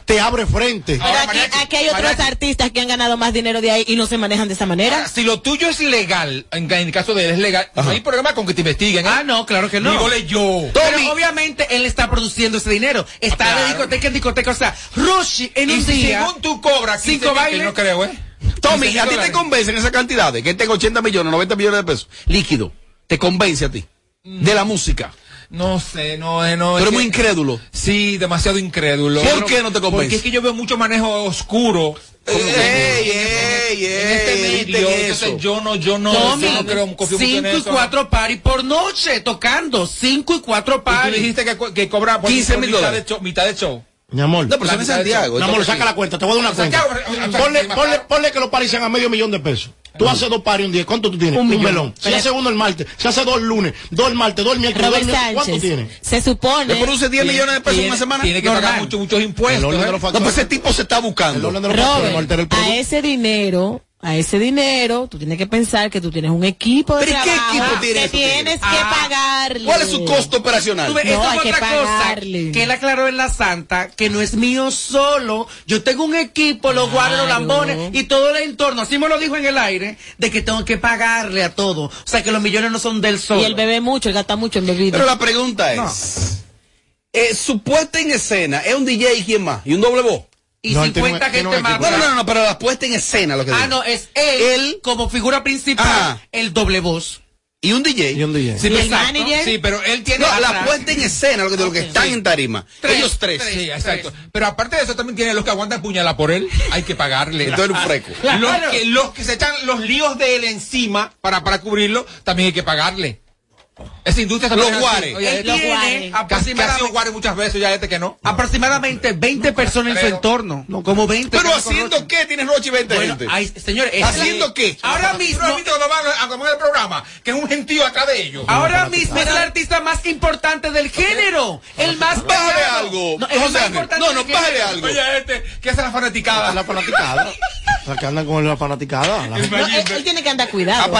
S5: te abre frente
S1: Pero aquí, aquí hay otros artistas que han ganado más dinero de ahí y no se manejan de esa manera.
S4: Ahora, si lo tuyo es legal, en, en el caso de él es legal, no hay problema con que te investiguen. ¿eh?
S3: Ah, no, claro que no.
S4: Dígole yo.
S3: Pero obviamente él está produciendo ese dinero. Está de discoteca en discoteca. O sea, Rushi en
S4: Ah, Y
S3: un
S4: si
S3: día.
S4: según tú cobras 15
S3: cinco
S4: mil, que
S3: bailes.
S4: no creo, ¿eh?
S2: Tommy,
S4: Quince
S2: ¿a ti
S4: dólares.
S2: te convencen esas cantidades? Que él tenga 80 millones, 90 millones de pesos líquido. te convence a ti? De la música.
S4: No sé, no, eh, no.
S2: Tú
S4: es
S2: eres
S4: que-
S2: muy incrédulo.
S4: Sí, demasiado incrédulo.
S2: ¿Por
S4: Yo
S2: qué no te convence?
S4: Porque es que yo veo mucho manejo oscuro.
S2: ¡Ey, ey, este
S3: en
S4: ey! Entonces
S3: eso.
S4: yo no, yo no,
S3: Tommy,
S4: yo no creo, confío mucho en
S3: 5 y
S4: eso.
S3: 4 party por noche tocando. 5 y 4
S4: Y
S3: party.
S4: tú dijiste que, co- que cobra por
S3: 15 mil
S4: Ah, pues, mitad
S3: dólares.
S4: de show- Mitad de show.
S5: Mi amor.
S4: No, pero son en Santiago,
S5: Mi amor,
S4: entonces-
S5: saca la cuenta, te voy a dar una cuenta.
S4: Santiago, o sea,
S5: Ponle,
S4: que-
S5: ponle, ponle que los paris sean a medio millón de pesos. Tú haces dos paris un día, ¿cuánto tú tienes?
S1: Un
S5: Un,
S1: millón.
S5: melón. Si
S1: Pero-
S5: hace uno el martes, si hace dos el lunes, dos el martes, dos el miércoles, dos
S1: Robert
S5: el miércoles, ¿cuánto
S1: Sánchez.
S5: tienes?
S1: Se supone.
S5: Le produce 10 millones de pesos en una semana.
S4: Tiene que pagar
S5: Normal.
S4: muchos, muchos impuestos.
S5: El orden de los
S4: ¿eh?
S5: factores.
S4: No, pues
S2: ese tipo se está buscando.
S1: Robert, a ese dinero, a ese dinero, tú tienes que pensar que tú tienes un equipo de
S2: ¿Pero y qué
S1: trabajo
S2: equipo tiene
S1: que
S2: eso, tigre?
S1: tienes que
S3: Ah.
S1: pagarle.
S2: ¿Cuál es su costo operacional?
S3: Tú ves,
S1: No,
S3: esa
S1: hay
S3: es
S1: que
S3: otra cosa
S1: pagarle.
S3: que él aclaró en la Santa, que no es mío solo. Yo tengo un equipo, los guardo, los lambones y todo el entorno. Así me lo dijo en el aire, de que tengo que pagarle a todo. O sea, que los millones no son del solo.
S1: Y él bebe mucho, él gasta mucho en bebida.
S2: Pero la pregunta es, eh, su puesta en escena es un DJ y quién más, y un doble voz.
S3: Y No, él tiene 50 un- tiene gente un más.
S2: No, no, no, no, pero la puesta en escena lo que
S3: Ah,
S2: digo.
S3: no, es él, como figura principal, el doble voz.
S2: Y un DJ.
S5: Y un DJ.
S3: Sí, ¿Y el exacto. manager?
S4: Sí, pero él tiene
S2: No, la
S4: atrás.
S2: puesta en escena, lo que, lo que están en tarima. Ellos tres.
S4: Sí, exacto. Pero aparte de eso, también tiene los que aguantan puñalada por él. Hay que pagarle. Ah,
S2: Entonces era un freco.
S4: Los,
S2: Claro.
S4: que, los que se echan los líos de él encima para, para cubrirlo, también hay que pagarle. Esa industria también
S3: Los
S4: es así.
S3: guares.
S4: Oye,
S3: Él
S4: este-
S3: tiene
S4: Casi que ha sido
S3: aproximadamente-
S4: guare muchas veces, ya este que no.
S3: Aproximadamente 20 personas en su entorno. No, como 20.
S4: Pero
S3: que no
S4: haciendo
S3: conozco.
S2: ¿Qué tienes Rochi 20
S3: Bueno,
S2: gente?
S3: ay, señores, es-
S4: ¿Haciendo
S2: qué?
S3: Ahora mismo.
S4: Pero ahorita cuando van a- a comer el programa, que es un gentío atrás de ellos.
S3: Ahora mismo es el artista más importante del género. El más
S4: Bájale
S3: pagado.
S4: algo.
S3: No, eh, es el
S4: José
S3: más
S4: Ángel.
S3: importante
S4: No, no,
S3: del género.
S4: bájale algo. Oye, este, ¿qué hace la fanaticada?
S5: La
S4: *laughs*
S5: fanaticada. O sea, que andan con la fanaticada. La gente-
S1: No, él, él tiene que andar
S4: Ah,
S1: cuidado.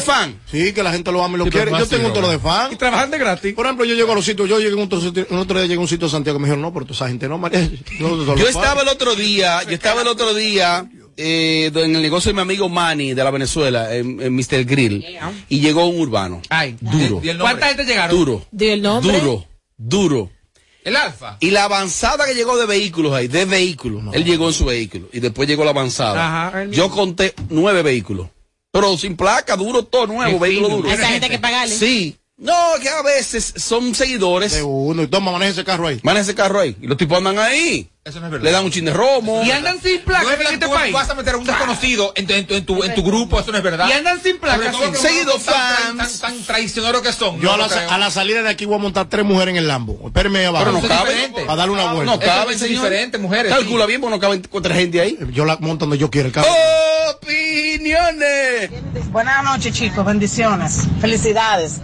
S2: fan.
S5: Sí, que la gente lo ama y lo
S2: Sí, pero
S5: quiere.
S2: fácil,
S5: Yo tengo un toro de
S2: Robert.
S5: fan. Y
S3: trabajan de gratis.
S5: Por ejemplo, yo llego a los sitios, yo llegué a un otro, sitio- un otro día llegué a un sitio de Santiago que me dijeron, no, pero toda esa gente no, María. no, son los
S2: Yo estaba
S5: fans".
S2: el otro día, yo estaba el otro día eh, en el negocio de mi amigo Manny de la Venezuela, en, en Mr. Grill, y llegó un urbano.
S3: Ay,
S2: duro.
S4: ¿Y el nombre?
S3: ¿Cuánta gente llegaron?
S2: Duro.
S1: Dio el nombre.
S2: Duro, duro.
S4: El alfa.
S2: Y la avanzada que llegó de vehículos ahí, de vehículos. Él llegó en su vehículo y después llegó la avanzada.
S1: Ajá, él
S2: Yo conté nueve vehículos. Pero sin placa, duro, todo nuevo, vehículo duro.
S1: A esa gente hay que pagarle.
S2: Sí. No, que a veces son seguidores. De
S5: uno. Y toma, maneja ese carro ahí.
S2: Maneja ese carro ahí. Y los tipos andan ahí.
S4: Eso no es verdad.
S2: Le dan un chin de romo.
S3: Y andan sin placa
S4: No es
S3: en
S4: verdad,
S3: este
S4: tú
S3: país.
S4: Vas a meter a un desconocido en, tu- en tu- en tu, en tu grupo, eso no es verdad.
S3: Y andan sin placa,
S4: Sobre todo
S3: sí.
S4: con
S3: Seguido
S4: tan- tan-
S3: fans.
S4: Tan, tan traicioneros que son.
S5: Yo
S4: No
S5: a la,
S4: lo creo.
S5: a la salida de aquí voy a montar tres mujeres en el Lambo. Espérenme ahí abajo.
S4: Pero no
S5: Eso es
S4: caben.
S5: diferente. Para darle una vuelta.
S2: No caben, señor. Calcula bien, porque no caben otra gente ahí. Oh,
S5: Yo la monto donde yo quiera el carro.
S2: Opiniones.
S6: Buenas noches, chicos. Bendiciones. Felicidades.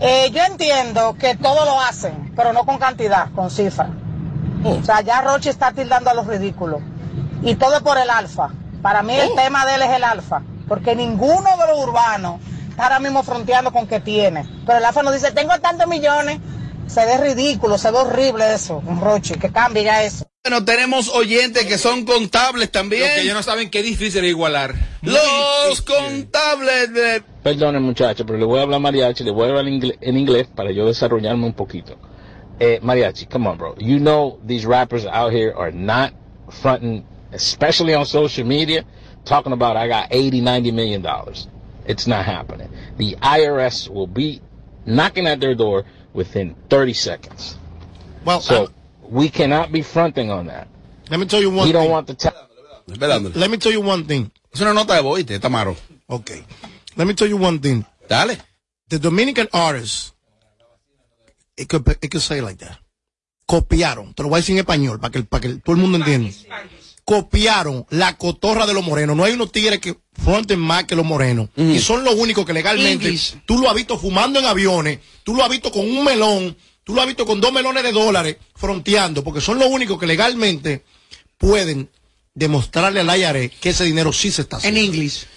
S6: Eh, yo entiendo que todo lo hacen, pero no con cantidad, con cifra.
S5: Oh.
S6: O sea, ya Roche está tildando a los ridículos. Y todo es por el alfa. Para mí
S5: Oh.
S6: el tema de él es el alfa. Porque ninguno de los urbanos está ahora mismo fronteando con que tiene. Pero el alfa nos dice, tengo tantos millones. Se ve ridículo, se ve horrible eso, Roche. Que cambie ya eso.
S2: Bueno, tenemos oyentes que son contables también.
S4: Lo que ellos no saben qué difícil es igualar.
S2: Los contables de...
S8: Perdone muchacho, pero le voy a hablar mariachi, le voy a hablar en ingle- en inglés para yo desarrollarme un poquito. Eh, mariachi, come on, bro. You know these rappers out here are not fronting, especially on social media, talking about I got 80, 90 million dollars. It's not happening. The IRS will be knocking at their door within 30 seconds.
S5: Well,
S8: so we cannot be fronting on that.
S5: Let me tell you one
S8: We don't
S5: thing.
S8: want the tax.
S5: Let me tell you one thing.
S2: Es una nota de voz, ¿viste? Tamaro.
S5: Ok. Let me tell you one thing.
S2: Dale.
S5: The Dominican artists, it could, it could say like that. Copiaron. Te lo voy a decir en español para que, para que todo el mundo entienda. Copiaron la cotorra de los morenos. No hay unos tigres que fronten más que los morenos. Y son los únicos que legalmente
S3: English.
S5: tú lo has visto fumando en aviones, tú lo has visto con un melón, tú lo has visto con dos melones de dólares fronteando, porque son los únicos que legalmente pueden demostrarle al IRS que ese dinero sí se está haciendo. En
S3: inglés.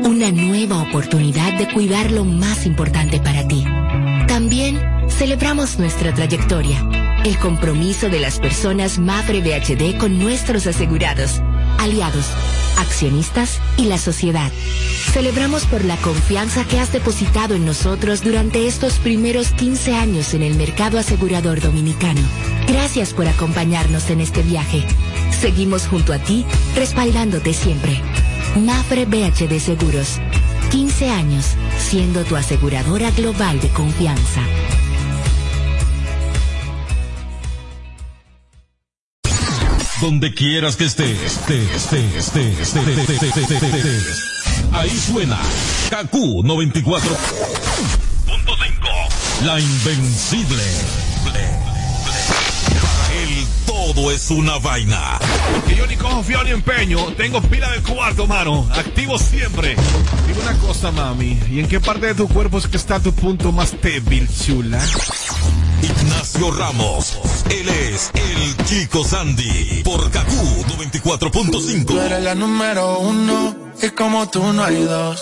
S25: una nueva oportunidad de cuidar lo más importante para ti. También celebramos nuestra trayectoria, el compromiso de las personas Mafre BHD con nuestros asegurados, aliados, accionistas y la sociedad. Celebramos por la confianza que has depositado en nosotros durante estos primeros 15 años en el mercado asegurador dominicano. Gracias por acompañarnos en este viaje. Seguimos junto a ti, respaldándote siempre. Mafre BHD Seguros. 15 años siendo tu aseguradora global de confianza.
S16: donde quieras que estés. Te- estés, estés, estés, estés, estés, estés, estés. Ahí suena KQ 94.5. La invencible. Para él todo es una vaina.
S26: Que yo ni cojo fiado ni empeño. Tengo pila de cuarto, mano. Activo siempre. Dime una cosa, mami. ¿Y en qué parte de tu cuerpo es que está tu punto más débil, chula?
S16: Ignacio Ramos. Él es el Chico Sandy. Por KQ 94.5.
S19: Tú eres la número uno y como tú no hay dos.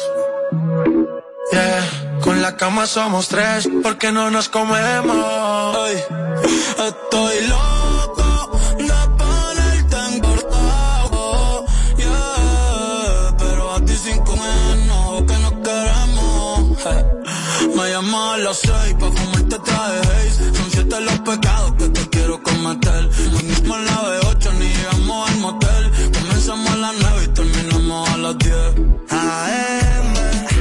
S19: Yeah. Con la cama somos tres porque no nos comemos. Ay, Estoy loco de ponerte engordado. Yeah. Pero a ti sin comernos que nos queremos. Me llamo a las seis pa' fumarte traje haze. Son siete los pecados que te quiero cometer. Vinimos a la de ocho, ni llegamos al motel. Comenzamos a las nueve y terminamos a las diez. AM,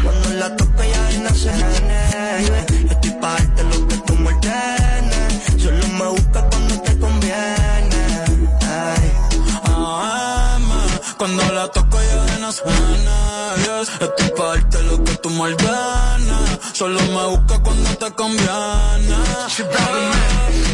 S19: cuando la toco ya no se nene. Yo estoy pa' darte lo que tú me ordenes. Solo me busca cuando te conviene. Ay. AM, cuando la toco ya no se nene. Estoy pa' darte lo que tú me ordenes. Solo me busca cuando te conviene.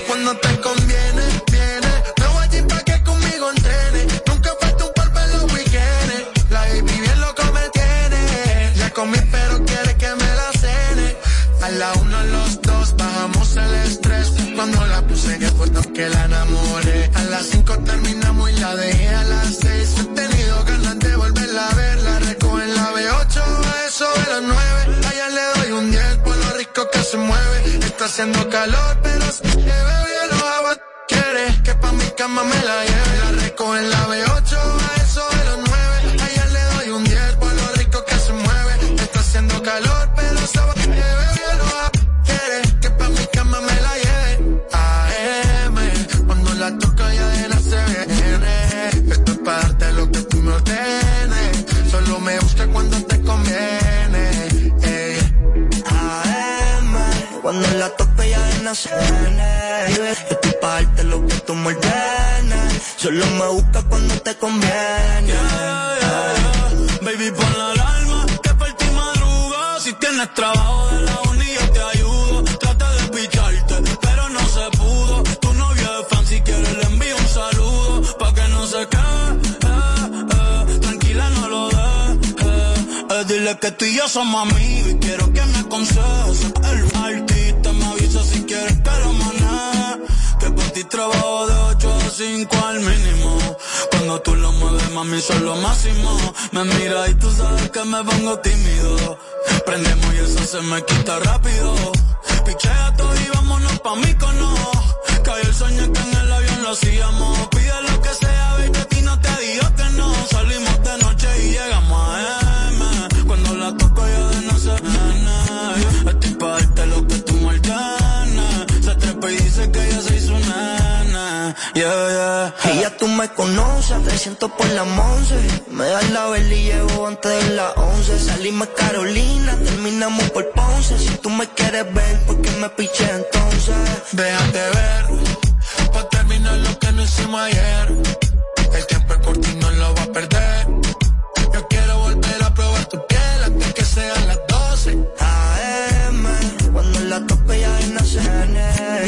S19: Cuando te conviene, viene. Me voy allí pa' que conmigo entrene. Nunca falta un cuerpo en los weekendes. La baby bien loco me tiene. Ya comí, pero quiere que me la cene. A la uno, los dos, bajamos el estrés. Cuando la puse, que fue tan que la enamoré. A las cinco terminamos y la dejé a las seis. He tenido ganas de volverla a ver. La recojo en la B8, a eso de las nueve. Allá le doy un 10 por lo rico que se mueve. Está haciendo calor, pero si te veo yo lo hago. Quieres que pa' mi cama me la lleve. La recojo en la B8, a eso de las nueve. Allá le doy un 10 por lo rico que se mueve. Está haciendo calor, pero sabes que te veo yo lo hago. Quieres que pa' mi cama me la lleve. AM, cuando la toco ya de la se viene. Esto es para darte lo que tú me ordenes. Solo me busca cuando te conviene. Ey. AM, cuando la toco ya de la se viene. Esto es para darte lo que tú me ordenes. Solo me busca cuando te conviene. Baby, pon la alarma, que por ti madruga. Si tienes trabajo de la uni, yo te ayudo. Trata de picharte, pero no se pudo. Tu novia es fan, si quieres le envío un saludo. Pa' que no se quede, eh, eh. tranquila no lo dejes. Eh, dile que tú y yo somos amigos y quiero que me aconsejes. El artista me avisa si quieres que lo maneje. Que por ti trabajo de 8 a 5 al mínimo. Cuando tú lo mueves, mami, son lo máximo. Me mira y tú sabes que me pongo tímido. Prendemos y eso se me quita rápido. Pichea todo y vámonos pa' mí cono. Cayó el sueño que en el avión lo hacíamos. Pide lo que sea, ve que a ti no te digo que no. Salimos de noche y llegamos a M. Cuando la toco yo de no sé nene. Estoy pa' darte lo que tú me ordenes. Se trepa y dice que ella se hizo nena. Yeah, yeah. Ella tú me conoces, te siento por las once. Me das la vela y llevo antes de las once. Salimos a Carolina, terminamos por Ponce. Si tú me quieres ver, ¿por qué me piché entonces? Déjate ver, pa' terminar lo que no hicimos ayer. El tiempo es corto y no lo va a perder. Yo quiero volver a probar tu piel antes que sean las 12 AM. Cuando la tope ya en la cena.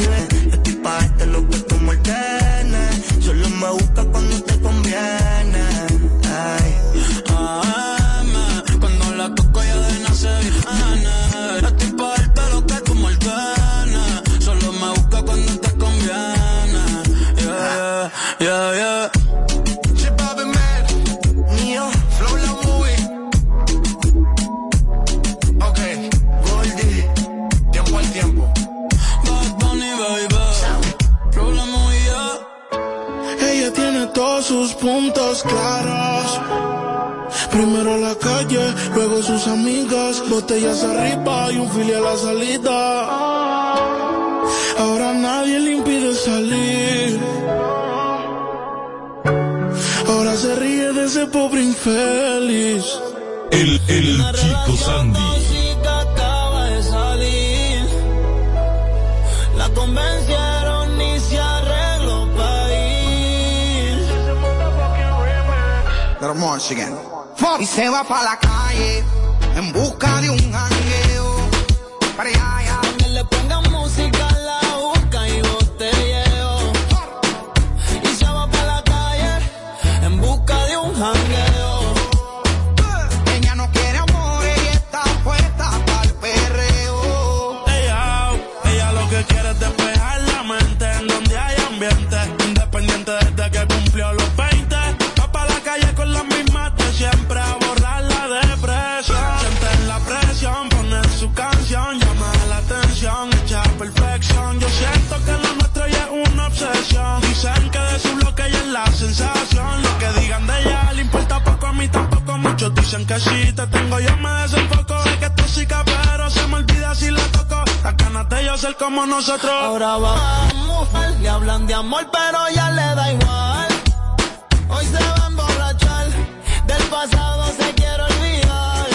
S19: Estoy pa' este darte lo que tú me ordenes. Solo me busca cuando te conviene. Ay. AM. Cuando la toco ya de la cena. Estoy pa' darte lo que tú me ordenes. Solo me busca cuando te conviene. Yeah, yeah, yeah. Chip Bobby Man. Neo. Flow La Movie. Ok, Goldie. Tiempo al tiempo. Bad Bunny, baby. Flow La Movie, yeah. Ella tiene todos sus puntos claros. Primero la calle, luego sus amigas, botellas arriba y un filial a la salida. Ahora nadie le impide salir. Ahora se ríe de ese pobre infeliz.
S16: El, el Chico Sandy.
S27: chica acaba de salir. La convencieron y se arregló para ir.
S28: march again. Fuck. Y se va pa la calle en busca de un jangueo. Para allá, allá.
S19: Que le pongan música a la boca y botelleo. Y se va pa' la calle en busca de un jangueo.
S28: Ella no quiere amor, ella está puesta para el perreo.
S27: Ella, ella lo que quiere es despejar la mente en donde hay ambiente. Independiente desde que cumplió los 20. Va para la calle con las mismas de siempre a borrar la depresión. Sienten la presión, poner su canción, llama la atención, hecha perfección. Yo siento que lo nuestro ya es una obsesión. Dicen que de su bloque ella es la sensación. Lo que digan de ella le importa poco, a mí tampoco mucho. Dicen que si te tengo yo me desenfoco. Sé que es tóxica, pero se me olvida si la toco. Las ganas de yo ser como nosotros.
S19: Ahora vamos, le hablan de amor, pero ya le da igual. Hoy se va a emborrachar, del pasado se quiere olvidar.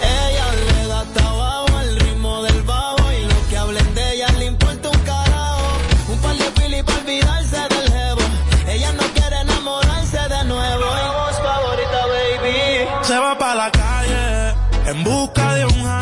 S19: Ella le da trabajo al ritmo del babo y lo que hablen de ella le importa un carajo. Un par de pili para olvidarse del jevo. Ella no quiere enamorarse de nuevo. Y voz favorita, baby.
S27: Se va para la calle en busca de un